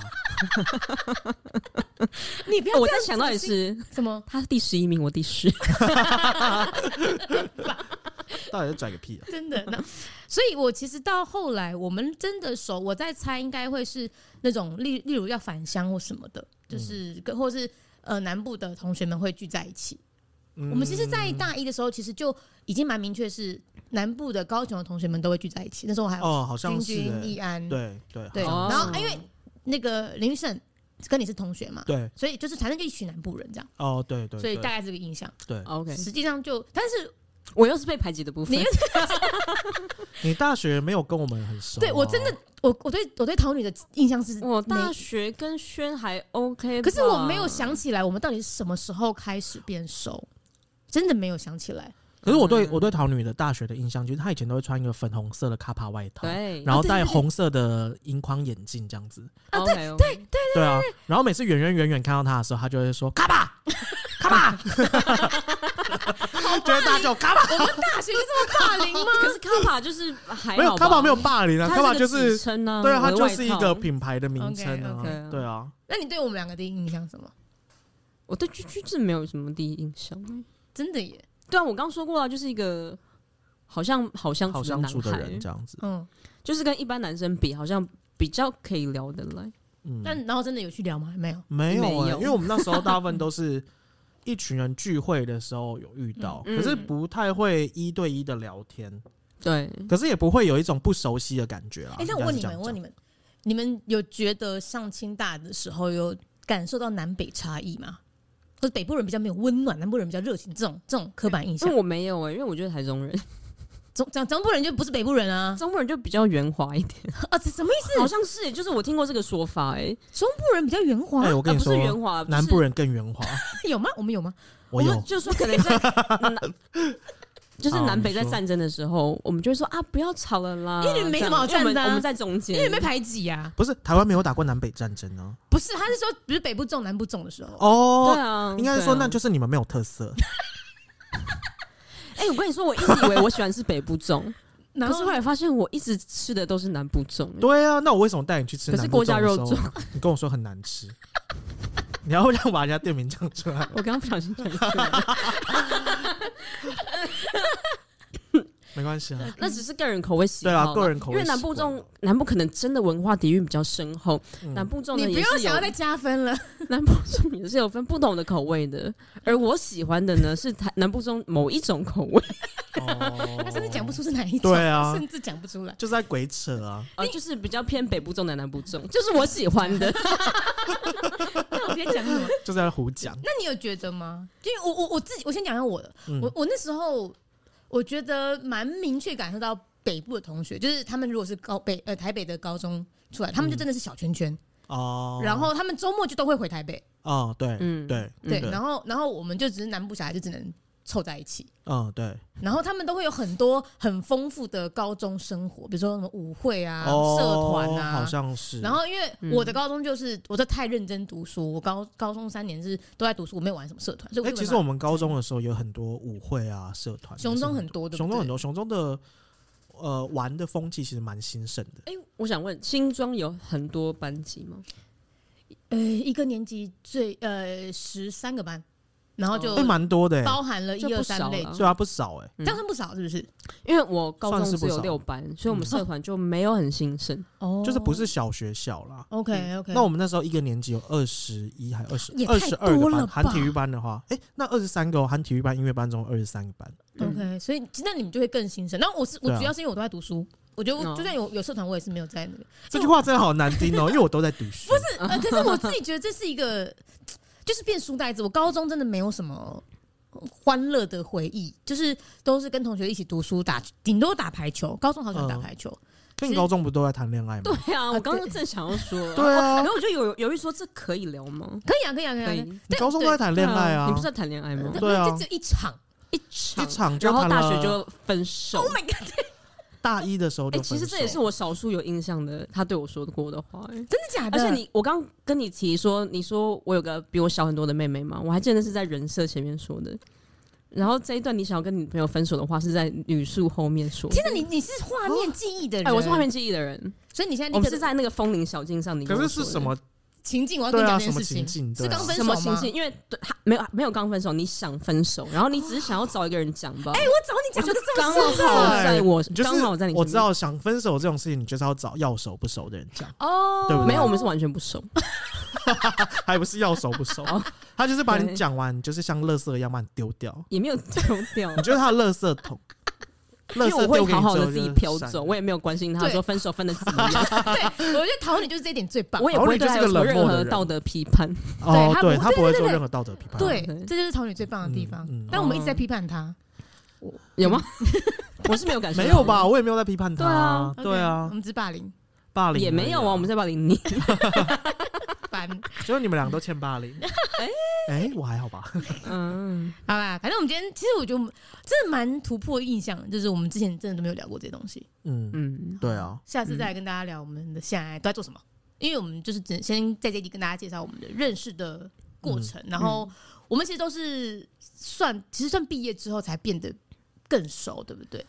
[SPEAKER 1] 你不要
[SPEAKER 2] 哎我
[SPEAKER 1] 这
[SPEAKER 2] 再
[SPEAKER 1] 样
[SPEAKER 2] 想到也是，
[SPEAKER 1] 什么？
[SPEAKER 2] 他第十一名，我第十，
[SPEAKER 3] 到底是拽个屁啊！
[SPEAKER 1] 真的呢，那所以我其实到后来，我们真的熟，我在猜应该会是那种例例如要返乡或什么的，
[SPEAKER 3] 嗯
[SPEAKER 1] 就是跟或是呃南部的同学们会聚在一起。
[SPEAKER 3] 我
[SPEAKER 1] 我们其
[SPEAKER 3] 嗯
[SPEAKER 1] 实，在大一的时候，其实就已经蛮明确是南部的高雄的同学们都会聚在一起。那时候我还有
[SPEAKER 3] 哦，好像
[SPEAKER 1] 君
[SPEAKER 3] 是
[SPEAKER 1] 君、
[SPEAKER 3] 欸
[SPEAKER 1] 易安，
[SPEAKER 3] 对对
[SPEAKER 1] 对，
[SPEAKER 3] 好像
[SPEAKER 1] 然
[SPEAKER 2] 哦
[SPEAKER 1] 后因为那个林玉胜跟你是同学嘛，
[SPEAKER 3] 对
[SPEAKER 1] 所以就是反正就一群南部人这样，
[SPEAKER 3] 哦对对，
[SPEAKER 1] 所以
[SPEAKER 3] 对
[SPEAKER 1] 大概这个印象。
[SPEAKER 3] 对
[SPEAKER 2] OK，
[SPEAKER 1] 实际上就，但是
[SPEAKER 2] 我又是被排挤的部分
[SPEAKER 1] 你。
[SPEAKER 3] 你大学没有跟我们很熟啊，
[SPEAKER 1] 对我真的我我对我对桃女的印象是
[SPEAKER 2] 我
[SPEAKER 1] 没
[SPEAKER 2] 大学跟轩还 OK，
[SPEAKER 1] 可是我没有
[SPEAKER 2] 吧
[SPEAKER 1] 想起来，我们到底是什么时候开始变熟，真的没有想起来。
[SPEAKER 3] 可是我对我对桃女的大学的印象，就是她以前都会穿一个粉红色的卡帕外套，
[SPEAKER 2] 对，
[SPEAKER 3] 然后
[SPEAKER 1] 啊对对
[SPEAKER 3] 戴
[SPEAKER 1] 对
[SPEAKER 3] 红色的银框眼镜这样子，
[SPEAKER 1] 啊
[SPEAKER 2] OK，对对，
[SPEAKER 3] 对啊。然后每次远远远远看到她的时候，她就会说卡帕卡帕，觉得大家有卡巴，
[SPEAKER 1] 我们大学就这么霸凌吗？
[SPEAKER 2] 可是卡帕就是还
[SPEAKER 3] 没有卡巴
[SPEAKER 2] 帕
[SPEAKER 3] 没有霸凌啊，卡巴就是
[SPEAKER 2] 称呢，
[SPEAKER 3] 对啊，它
[SPEAKER 2] 嗯我的
[SPEAKER 3] 就
[SPEAKER 2] 外
[SPEAKER 3] 是一
[SPEAKER 2] 套
[SPEAKER 3] 个。品牌的名称啊
[SPEAKER 2] OK，OK
[SPEAKER 3] 对啊，
[SPEAKER 1] 那你对我们两个第一印象是什么？
[SPEAKER 2] 我对居居是没有什么第一印象。欸
[SPEAKER 1] 真的耶，
[SPEAKER 2] 对啊，我刚说过了，就是一个好像好相
[SPEAKER 3] 好
[SPEAKER 2] 处
[SPEAKER 3] 相处
[SPEAKER 2] 男
[SPEAKER 3] 的
[SPEAKER 2] 孩
[SPEAKER 3] 人这样子，
[SPEAKER 1] 嗯，
[SPEAKER 2] 就是跟一般男生比，好像比较可以聊得来。
[SPEAKER 3] 嗯，
[SPEAKER 1] 但然后真的有去聊吗？没有，
[SPEAKER 3] 没有
[SPEAKER 2] 没
[SPEAKER 3] 欸，
[SPEAKER 2] 有
[SPEAKER 3] 因为我们那时候大部分都是 一群人聚会的时候有遇到，
[SPEAKER 2] 嗯嗯
[SPEAKER 3] 可是不太会一对一的聊天，
[SPEAKER 2] 对，
[SPEAKER 3] 可是也不会有一种不熟悉的感觉啦。
[SPEAKER 1] 哎、那我问你们，我问
[SPEAKER 3] 你
[SPEAKER 1] 你们，你们有觉得上清大的时候有感受到南北差异吗？或者北部人比较没有温暖，南部人比较热情，这种这种刻板印
[SPEAKER 2] 因
[SPEAKER 1] 象
[SPEAKER 2] 为，我没有哎、因为我觉得台中人，
[SPEAKER 1] 中讲中部人就不是北部人啊？
[SPEAKER 2] 中部人就比较圆滑一点，
[SPEAKER 1] 啊，这什么意思？
[SPEAKER 2] 好像是、欸，就是我听过这个说法哎、
[SPEAKER 1] 中部人比较圆滑、
[SPEAKER 3] 哎、我
[SPEAKER 2] 我
[SPEAKER 3] 跟你
[SPEAKER 2] 啊不
[SPEAKER 3] 说，
[SPEAKER 2] 是圆滑，
[SPEAKER 3] 南部
[SPEAKER 2] 人，
[SPEAKER 3] 人更圆 滑，
[SPEAKER 1] 有吗？我们有吗？
[SPEAKER 2] 我
[SPEAKER 3] 我有
[SPEAKER 2] 们。就说可能在 南。就是南北
[SPEAKER 3] 好
[SPEAKER 2] 在
[SPEAKER 3] 你说
[SPEAKER 2] 战争的时时候，我们就会说啊，不要吵了啦，
[SPEAKER 1] 因为你们没什么好
[SPEAKER 2] 这样因为我
[SPEAKER 1] 战的
[SPEAKER 2] 们
[SPEAKER 1] 啊
[SPEAKER 2] 我们在中间，
[SPEAKER 1] 因为被排挤啊，
[SPEAKER 3] 不是台湾没有打过南北战争呢、
[SPEAKER 1] 不是，他是说不是北部重南部重的时候，
[SPEAKER 3] 哦，
[SPEAKER 2] 对啊，
[SPEAKER 3] 应该是说
[SPEAKER 2] 对啊
[SPEAKER 3] 那就是你们没有特 色，
[SPEAKER 2] 哎、我跟你说，我一直以为我喜欢是北部 粽，
[SPEAKER 1] 然
[SPEAKER 2] 可是
[SPEAKER 1] 后
[SPEAKER 2] 后来发现我一直吃的都是南部粽。
[SPEAKER 3] 对啊，那我为什么带你去吃
[SPEAKER 2] 可是
[SPEAKER 3] 南部
[SPEAKER 2] 郭
[SPEAKER 3] 粽
[SPEAKER 2] 家
[SPEAKER 3] 的
[SPEAKER 2] 肉
[SPEAKER 3] 时候，你跟我说很难吃，你要不要把人家店名讲出来？
[SPEAKER 2] 我刚刚不小心讲出来了
[SPEAKER 3] 没关 系啊，
[SPEAKER 2] 那只是个人口味喜好
[SPEAKER 3] 对
[SPEAKER 2] 啦。
[SPEAKER 3] 啊，个人口味
[SPEAKER 2] 因为南
[SPEAKER 3] 习
[SPEAKER 2] 部
[SPEAKER 3] 惯
[SPEAKER 2] 粽，南部可能真的文化底蕴比较深厚，
[SPEAKER 3] 嗯
[SPEAKER 2] 南部粽
[SPEAKER 1] 你
[SPEAKER 2] 呢
[SPEAKER 1] 不
[SPEAKER 2] 也
[SPEAKER 1] 要
[SPEAKER 2] 是有
[SPEAKER 1] 想要再加分了，
[SPEAKER 2] 南部粽也是有分不同的口味的，而我喜欢的呢是台南部粽某一种口味，
[SPEAKER 3] 哦
[SPEAKER 1] 他甚至讲不出是哪一种，
[SPEAKER 3] 对啊，
[SPEAKER 1] 甚至讲不出来。
[SPEAKER 3] 就是在鬼扯啊！
[SPEAKER 2] 呃，就是比较偏北部粽的南部粽，就是我喜欢 的。
[SPEAKER 1] 那我今天讲什么？
[SPEAKER 3] 就在胡讲。
[SPEAKER 1] 那你有觉得吗？因为我我我自己，我先讲一下我的，
[SPEAKER 3] 嗯
[SPEAKER 1] 我我那时候我觉得蛮明确感受到北部的同学，就是他们如果是高北呃台北的高中出来，他们就真的是小圈圈，
[SPEAKER 3] 嗯哦，
[SPEAKER 1] 然后他们周末就都会回台北，
[SPEAKER 3] 哦，对，
[SPEAKER 2] 嗯
[SPEAKER 3] 对，
[SPEAKER 1] 对，
[SPEAKER 3] 对
[SPEAKER 1] 然后然后我们就只是南部小孩就只能凑在一起。
[SPEAKER 3] 嗯，对，
[SPEAKER 1] 然后他们都会有很多很丰富的高中生活，比如说什么舞会啊、
[SPEAKER 3] 哦，
[SPEAKER 1] 社团啊，
[SPEAKER 3] 好像是。
[SPEAKER 1] 然后因为我的高中就是我在太认真读书，我高高中三年是都在读书，我没有玩什么社团，所以我
[SPEAKER 3] 哎，
[SPEAKER 1] 就
[SPEAKER 3] 其
[SPEAKER 1] 没
[SPEAKER 3] 实我
[SPEAKER 1] 办法
[SPEAKER 3] 们高中的时候有很多舞会啊、社团，
[SPEAKER 1] 熊中
[SPEAKER 3] 也是
[SPEAKER 1] 很多，对不
[SPEAKER 3] 熊中
[SPEAKER 1] 对
[SPEAKER 3] 很多，熊中的呃玩的风气其实蛮兴盛的。
[SPEAKER 2] 哎、我想问，新庄有很多班级吗？
[SPEAKER 1] 呃，一个年级最呃十三个班，然后就
[SPEAKER 3] 哎，蛮多的欸，
[SPEAKER 1] 包含了一
[SPEAKER 2] 就
[SPEAKER 1] 二
[SPEAKER 2] 不
[SPEAKER 1] 三
[SPEAKER 2] 少
[SPEAKER 1] 类，
[SPEAKER 2] 了嗯
[SPEAKER 3] 对啊，不少哎。
[SPEAKER 1] 这样算不少是不是？
[SPEAKER 2] 因为我高
[SPEAKER 3] 算
[SPEAKER 2] 中
[SPEAKER 3] 是不
[SPEAKER 2] 只有
[SPEAKER 3] 少嗯
[SPEAKER 2] 六班，所以我们社团就没有很兴 盛。
[SPEAKER 1] 哦
[SPEAKER 3] 就是不是小学校啦。
[SPEAKER 1] OK OK，
[SPEAKER 3] 那我们那时候一个年级有二十一还二十
[SPEAKER 1] 也
[SPEAKER 3] 二
[SPEAKER 1] 太
[SPEAKER 3] 十二个
[SPEAKER 1] 多了
[SPEAKER 3] 班，
[SPEAKER 1] 吧
[SPEAKER 3] 含体育班的话，哎，那二十三个哦含体育班、音乐班中二十三个班。
[SPEAKER 1] OK，所以那你们就会更兴盛。那我是我
[SPEAKER 3] 嗯对啊
[SPEAKER 1] 主要是因为我都在读书，我觉得
[SPEAKER 2] 哦
[SPEAKER 1] 我就算有有社团，我也是没有在那个。
[SPEAKER 3] 这句话真的好难听 哦，因为我都在读书。不是，
[SPEAKER 1] 呃，可是我自己觉得这是一个，就是变书呆子。我高中真的没有什么欢乐的回忆，就是都是跟同学一起读书打，顶多打排球。高中好喜欢打排球，
[SPEAKER 3] 可你高中不都在谈恋爱吗？
[SPEAKER 2] 对啊，我
[SPEAKER 1] 啊
[SPEAKER 2] 刚
[SPEAKER 1] 对
[SPEAKER 2] 刚正想要说，
[SPEAKER 3] 对啊
[SPEAKER 2] 然后我就哦有犹豫说这可以聊吗？
[SPEAKER 1] 可以啊，可以啊，可以啊可以啊。
[SPEAKER 3] 你高中都在谈恋爱啊，
[SPEAKER 2] 你不是在谈恋爱吗
[SPEAKER 1] 但？
[SPEAKER 3] 对啊
[SPEAKER 1] 就只有一场。
[SPEAKER 2] 一场，
[SPEAKER 3] 一场就
[SPEAKER 2] 然后
[SPEAKER 3] 谈了
[SPEAKER 2] 大学就分手。
[SPEAKER 1] Oh my god！
[SPEAKER 3] 大一的时候
[SPEAKER 2] 哎、
[SPEAKER 3] 就
[SPEAKER 2] 其
[SPEAKER 3] 分手。啊
[SPEAKER 2] 实这也是我少数有印象的，他对我说过的话、哎
[SPEAKER 1] 真的假
[SPEAKER 2] 而
[SPEAKER 1] 的？
[SPEAKER 2] 且你，我刚跟你提说，你说我有个比我小很多的妹妹嘛，我还记得那是在人设前面说的。然后这一段你想要跟你朋友分手的话，是在语速后面说的。
[SPEAKER 1] 天哪，你你是画面记忆的人，
[SPEAKER 2] 哎、我是画面，记忆的人，
[SPEAKER 1] 所以你现在
[SPEAKER 2] 我
[SPEAKER 1] 立
[SPEAKER 2] 们
[SPEAKER 1] 刻
[SPEAKER 2] 是在那个风铃小径上，你跟
[SPEAKER 3] 可是
[SPEAKER 2] 我
[SPEAKER 3] 是
[SPEAKER 2] 说的
[SPEAKER 3] 什么？
[SPEAKER 1] 情境，我要跟
[SPEAKER 3] 对
[SPEAKER 1] 你讲
[SPEAKER 3] 啊，
[SPEAKER 1] 这
[SPEAKER 3] 什
[SPEAKER 1] 件
[SPEAKER 3] 么
[SPEAKER 1] 事
[SPEAKER 3] 情
[SPEAKER 1] 情。
[SPEAKER 3] 境？对
[SPEAKER 1] 是
[SPEAKER 3] 啊
[SPEAKER 1] 刚分手
[SPEAKER 2] 什么情
[SPEAKER 1] 吗
[SPEAKER 2] 形？因为对他没有没有刚分手，你想分手，然后你只是想要找一个人讲吧。哎、
[SPEAKER 1] 哎，我找你讲
[SPEAKER 2] 就
[SPEAKER 1] 这个
[SPEAKER 2] 刚
[SPEAKER 1] 是不哎
[SPEAKER 2] 好
[SPEAKER 1] 是
[SPEAKER 2] 在我
[SPEAKER 3] 你就是
[SPEAKER 2] 刚好在你，
[SPEAKER 3] 我知。道想分手这种事情，你就是要找要熟不熟的人讲，
[SPEAKER 1] 哦，
[SPEAKER 3] 对不对？
[SPEAKER 2] 没有，我们是完全不熟。
[SPEAKER 3] 还不是要熟不 熟
[SPEAKER 2] 哦，
[SPEAKER 3] 他就是把你
[SPEAKER 2] 对
[SPEAKER 3] 讲完，就是像垃圾一样把你丢 掉，
[SPEAKER 2] 也没有丢掉
[SPEAKER 3] 你，就是他的垃圾桶，
[SPEAKER 2] 因
[SPEAKER 3] 垃
[SPEAKER 2] 为我
[SPEAKER 3] 圾
[SPEAKER 2] 会
[SPEAKER 3] 丢给
[SPEAKER 2] 好
[SPEAKER 3] 你
[SPEAKER 2] 好
[SPEAKER 3] 之
[SPEAKER 2] 的
[SPEAKER 3] 后
[SPEAKER 2] 自己
[SPEAKER 3] 就
[SPEAKER 2] 飘
[SPEAKER 3] 散
[SPEAKER 2] 走，
[SPEAKER 3] 了
[SPEAKER 2] 我也没有关心他
[SPEAKER 1] 对
[SPEAKER 2] 说分手分的怎 么样，
[SPEAKER 1] 对，我觉得讨你就是这一点最棒。
[SPEAKER 2] 我也不会对他有
[SPEAKER 3] 然
[SPEAKER 2] 做
[SPEAKER 3] 后你就
[SPEAKER 2] 任
[SPEAKER 3] 是个冷漠的
[SPEAKER 2] 何
[SPEAKER 3] 人
[SPEAKER 2] 道德批 判。
[SPEAKER 3] 哦，
[SPEAKER 1] 他
[SPEAKER 3] 对
[SPEAKER 1] 不
[SPEAKER 3] 他不
[SPEAKER 1] 对
[SPEAKER 3] 会
[SPEAKER 1] 对
[SPEAKER 3] 做
[SPEAKER 1] 对
[SPEAKER 3] 任何道德批判，
[SPEAKER 1] 对，
[SPEAKER 2] 对
[SPEAKER 1] 这就是讨女最棒的地方
[SPEAKER 3] 嗯嗯。
[SPEAKER 1] 但我们一直在批判他，
[SPEAKER 2] 有吗？ 我是没有感受，
[SPEAKER 3] 没有？吧？我也没有在批判他，
[SPEAKER 2] 对啊
[SPEAKER 3] 对
[SPEAKER 1] OK，
[SPEAKER 3] 啊
[SPEAKER 1] 我，们只霸凌，
[SPEAKER 3] 霸凌
[SPEAKER 2] 也没有
[SPEAKER 3] 而已
[SPEAKER 2] 啊，我们在霸凌 你。
[SPEAKER 1] 烦。
[SPEAKER 3] 就是你们两个都欠 霸凌。哎，我还好吧？
[SPEAKER 2] 嗯，
[SPEAKER 1] 好吧，反正我们今天其实我觉得我们真的蛮突破印象，就是我们之前真的都没有聊过这些东西。
[SPEAKER 3] 嗯，
[SPEAKER 2] 嗯，
[SPEAKER 3] 对啊，
[SPEAKER 1] 下次再来跟大家聊我们的下来都在做什么，因为我们就是只先在这里跟大家介绍我们的认识的过程，然后我们其实都是算，其实算毕业之后才变得更熟，对不对？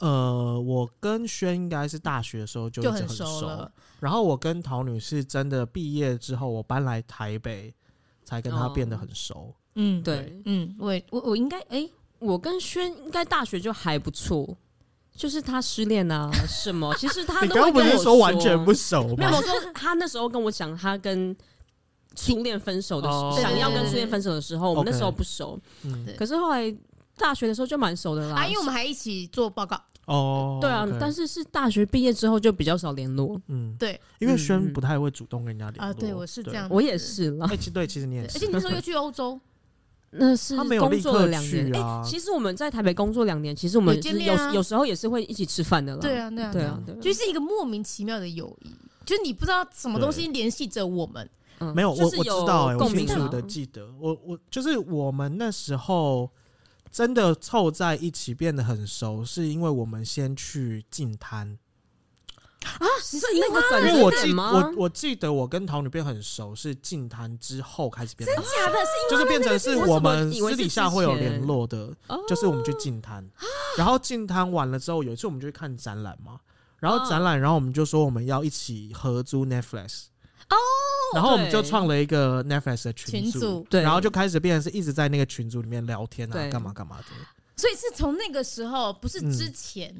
[SPEAKER 3] 呃，我跟轩应该是大学的时候就一
[SPEAKER 1] 就
[SPEAKER 3] 直
[SPEAKER 1] 很
[SPEAKER 3] 很
[SPEAKER 1] 熟了。
[SPEAKER 3] 然后我跟桃女是真的毕业之后，我搬来台北，才跟她变
[SPEAKER 2] 哦
[SPEAKER 3] 得很熟。
[SPEAKER 1] 嗯，，
[SPEAKER 2] 对
[SPEAKER 1] 嗯，我也我我应该哎、
[SPEAKER 2] 我跟轩应该大学就还不错，就是他失 恋啊什么，其实他
[SPEAKER 3] 你
[SPEAKER 2] 都
[SPEAKER 3] 刚
[SPEAKER 2] 会
[SPEAKER 3] 刚不
[SPEAKER 2] 跟
[SPEAKER 3] 是
[SPEAKER 2] 啊我
[SPEAKER 3] 说完全不熟
[SPEAKER 2] 没
[SPEAKER 3] 吗
[SPEAKER 2] 有，？我说他那时候跟我讲他跟初恋分手的时
[SPEAKER 3] 哦
[SPEAKER 2] 候，想要跟初恋分手的时候，我们那时候不熟，
[SPEAKER 3] 嗯
[SPEAKER 1] 对
[SPEAKER 2] 可是后来大学的时候就蛮熟的啦
[SPEAKER 1] 啊，因。为我们还一起做报告，
[SPEAKER 3] 哦，
[SPEAKER 2] 对啊
[SPEAKER 3] OK，
[SPEAKER 2] 但是是大学毕业之后就比较少联络，
[SPEAKER 3] 嗯，
[SPEAKER 1] 对
[SPEAKER 3] 因为
[SPEAKER 2] 嗯
[SPEAKER 3] 轩
[SPEAKER 2] 嗯
[SPEAKER 3] 不太会主动跟人家联
[SPEAKER 1] 啊、
[SPEAKER 3] 络。
[SPEAKER 1] 对我是这样，
[SPEAKER 2] 我也。是啦
[SPEAKER 3] 对。。哎，其对，其实你也
[SPEAKER 1] 对而
[SPEAKER 3] 是
[SPEAKER 1] 且，你那时候又去欧洲，
[SPEAKER 2] 那是
[SPEAKER 3] 他没有
[SPEAKER 2] 工
[SPEAKER 3] 立
[SPEAKER 2] 作了
[SPEAKER 3] 刻
[SPEAKER 2] 两年
[SPEAKER 3] 去。啊。
[SPEAKER 2] 其实我们在台北工作两年，其实我们
[SPEAKER 1] 有见
[SPEAKER 2] 是
[SPEAKER 1] 面
[SPEAKER 2] 有
[SPEAKER 1] 啊
[SPEAKER 2] 有时候也是会一起吃饭的啦。
[SPEAKER 1] 对啊，对啊，
[SPEAKER 2] 对
[SPEAKER 1] 对
[SPEAKER 2] 啊
[SPEAKER 1] 啊，，
[SPEAKER 2] 对啊，
[SPEAKER 1] 就是一个莫名其妙的友谊，就是你不知道什么东西联系着我们，
[SPEAKER 2] 嗯
[SPEAKER 3] 没有，我
[SPEAKER 2] 就是
[SPEAKER 3] 我知道、欸，我
[SPEAKER 2] 共
[SPEAKER 3] 清
[SPEAKER 2] 鸣
[SPEAKER 3] 楚
[SPEAKER 2] 啊
[SPEAKER 3] 的记得，我我就是我们那时候真的凑在一起变得很熟，是因为我们先去进滩，
[SPEAKER 2] 是啊那个
[SPEAKER 3] 因
[SPEAKER 2] 转
[SPEAKER 3] 为我
[SPEAKER 2] 折
[SPEAKER 3] 记
[SPEAKER 2] 点
[SPEAKER 3] 我
[SPEAKER 2] 吗？
[SPEAKER 3] 我记得我跟桃女变很熟是进滩之后开始变得很熟，
[SPEAKER 1] 假的是
[SPEAKER 3] 就是变成是
[SPEAKER 2] 个
[SPEAKER 3] 我
[SPEAKER 2] 我怎么
[SPEAKER 3] 们
[SPEAKER 2] 以为
[SPEAKER 3] 私
[SPEAKER 2] 是
[SPEAKER 3] 底
[SPEAKER 2] 之
[SPEAKER 3] 下会有
[SPEAKER 2] 前
[SPEAKER 3] 联络的，
[SPEAKER 2] 哦
[SPEAKER 3] 就是我们去进滩，然后进滩完了之后，有一次我们就去看展览嘛，然后
[SPEAKER 2] 哦
[SPEAKER 3] 展览，然后我们就说我们要一起合租 Netflix。
[SPEAKER 1] 哦
[SPEAKER 3] 然后我们就
[SPEAKER 2] 对
[SPEAKER 3] 创了一个 Netflix 的
[SPEAKER 1] 群组，
[SPEAKER 2] 对
[SPEAKER 3] 然后就开始变成是一直在那个群组里面聊天啊，
[SPEAKER 2] 对
[SPEAKER 3] 干嘛干嘛的。
[SPEAKER 1] 所以是从那个时候，不是之前，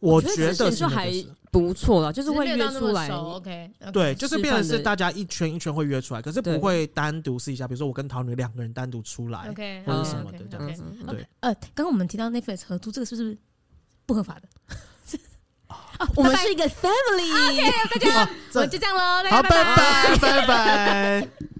[SPEAKER 3] 我
[SPEAKER 2] 觉
[SPEAKER 3] 觉
[SPEAKER 2] 得之
[SPEAKER 3] 得
[SPEAKER 2] 前
[SPEAKER 3] 是
[SPEAKER 2] 就
[SPEAKER 3] 那个
[SPEAKER 2] 还
[SPEAKER 3] 时候
[SPEAKER 2] 不错啦，就
[SPEAKER 1] 就是
[SPEAKER 2] 会约出来。
[SPEAKER 1] OK，
[SPEAKER 3] 对，就是变成
[SPEAKER 2] 吃饭的
[SPEAKER 3] 是大家一圈一圈会约出来，可是不
[SPEAKER 2] 对
[SPEAKER 3] 会单独私底下，比如说我跟桃女两个人单独出来，
[SPEAKER 1] OK，
[SPEAKER 3] 或
[SPEAKER 2] 者什
[SPEAKER 1] 什
[SPEAKER 3] 么的这样
[SPEAKER 2] 嗯
[SPEAKER 1] 子。
[SPEAKER 2] 嗯嗯
[SPEAKER 3] 对，
[SPEAKER 1] 呃，刚刚我们提到 Netflix 合租，这个是不是 不合法的？
[SPEAKER 2] 啊我们
[SPEAKER 1] 拜拜
[SPEAKER 2] 是一个 family，
[SPEAKER 1] 大家
[SPEAKER 3] 啊，
[SPEAKER 1] 我
[SPEAKER 3] 这
[SPEAKER 1] 就这样喽，大
[SPEAKER 3] 好，
[SPEAKER 1] 家
[SPEAKER 3] 拜
[SPEAKER 1] 拜拜。
[SPEAKER 3] 拜拜拜。